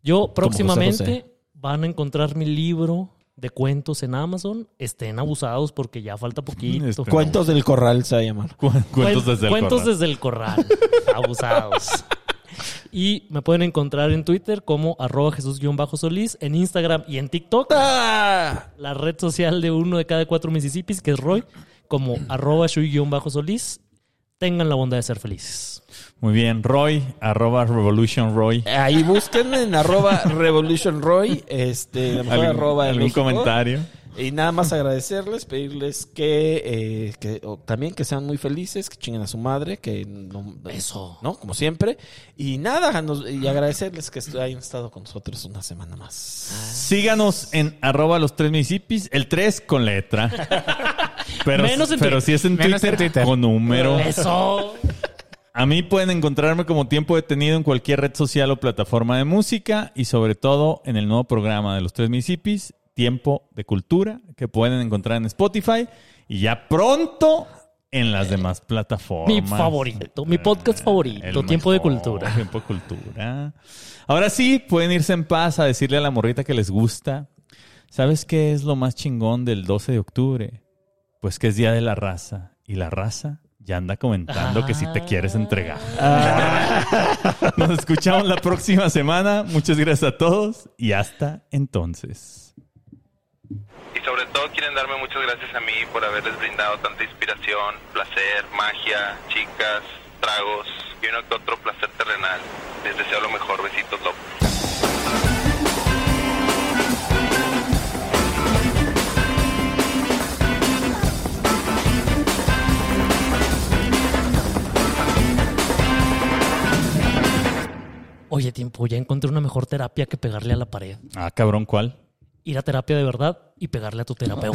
Yo próximamente José José. van a encontrar mi libro de cuentos en Amazon. Estén abusados porque ya falta poquito. Este- Cuen- Cuentos del Corral se va a llamar. Cu- Cuentos desde el cuentos corral. desde el corral. abusados. Y me pueden encontrar en Twitter como arroba Jesús-Solís, en Instagram y en TikTok. ¡Ah! La red social de uno de cada cuatro Mississippis, que es Roy, como arroba Shui-Solís. Tengan la bondad de ser felices. Muy bien, Roy, arroba Revolution Roy. Ahí búsquenme en arroba Revolution Roy, este, la mejor arroba de ¿Algún México. comentario? Y nada más agradecerles, pedirles que, eh, que- o también que sean muy felices, que chinguen a su madre, que no, eso, ¿no? Como siempre. Y nada, nos- y agradecerles que estu- hayan estado con nosotros una semana más. Síganos en arroba los tres municipios, el 3 con letra. Pero, Menos en pero Twitter. si es en Menos Twitter, en Twitter. con número. Eso. A mí pueden encontrarme como tiempo detenido en cualquier red social o plataforma de música y sobre todo en el nuevo programa de los tres municipios, Tiempo de Cultura, que pueden encontrar en Spotify y ya pronto en las demás plataformas. Mi favorito, mi podcast favorito, El Tiempo de mejor, Cultura. Tiempo de Cultura. Ahora sí, pueden irse en paz a decirle a la morrita que les gusta. ¿Sabes qué es lo más chingón del 12 de octubre? Pues que es Día de la Raza. Y la raza ya anda comentando que si te quieres entregar. Nos escuchamos la próxima semana. Muchas gracias a todos y hasta entonces. Y sobre todo quieren darme muchas gracias a mí por haberles brindado tanta inspiración, placer, magia, chicas, tragos y uno que otro placer terrenal. Les deseo lo mejor. Besitos, López. Oye, tiempo, ya encontré una mejor terapia que pegarle a la pared. Ah, cabrón, ¿cuál? Ir a terapia de verdad y pegarle a tu terapeuta.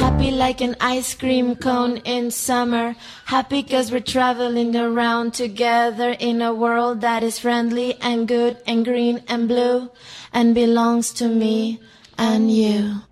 Happy like an ice cream cone in summer. Happy cause we're traveling around together in a world that is friendly and good and green and blue and belongs to me and you.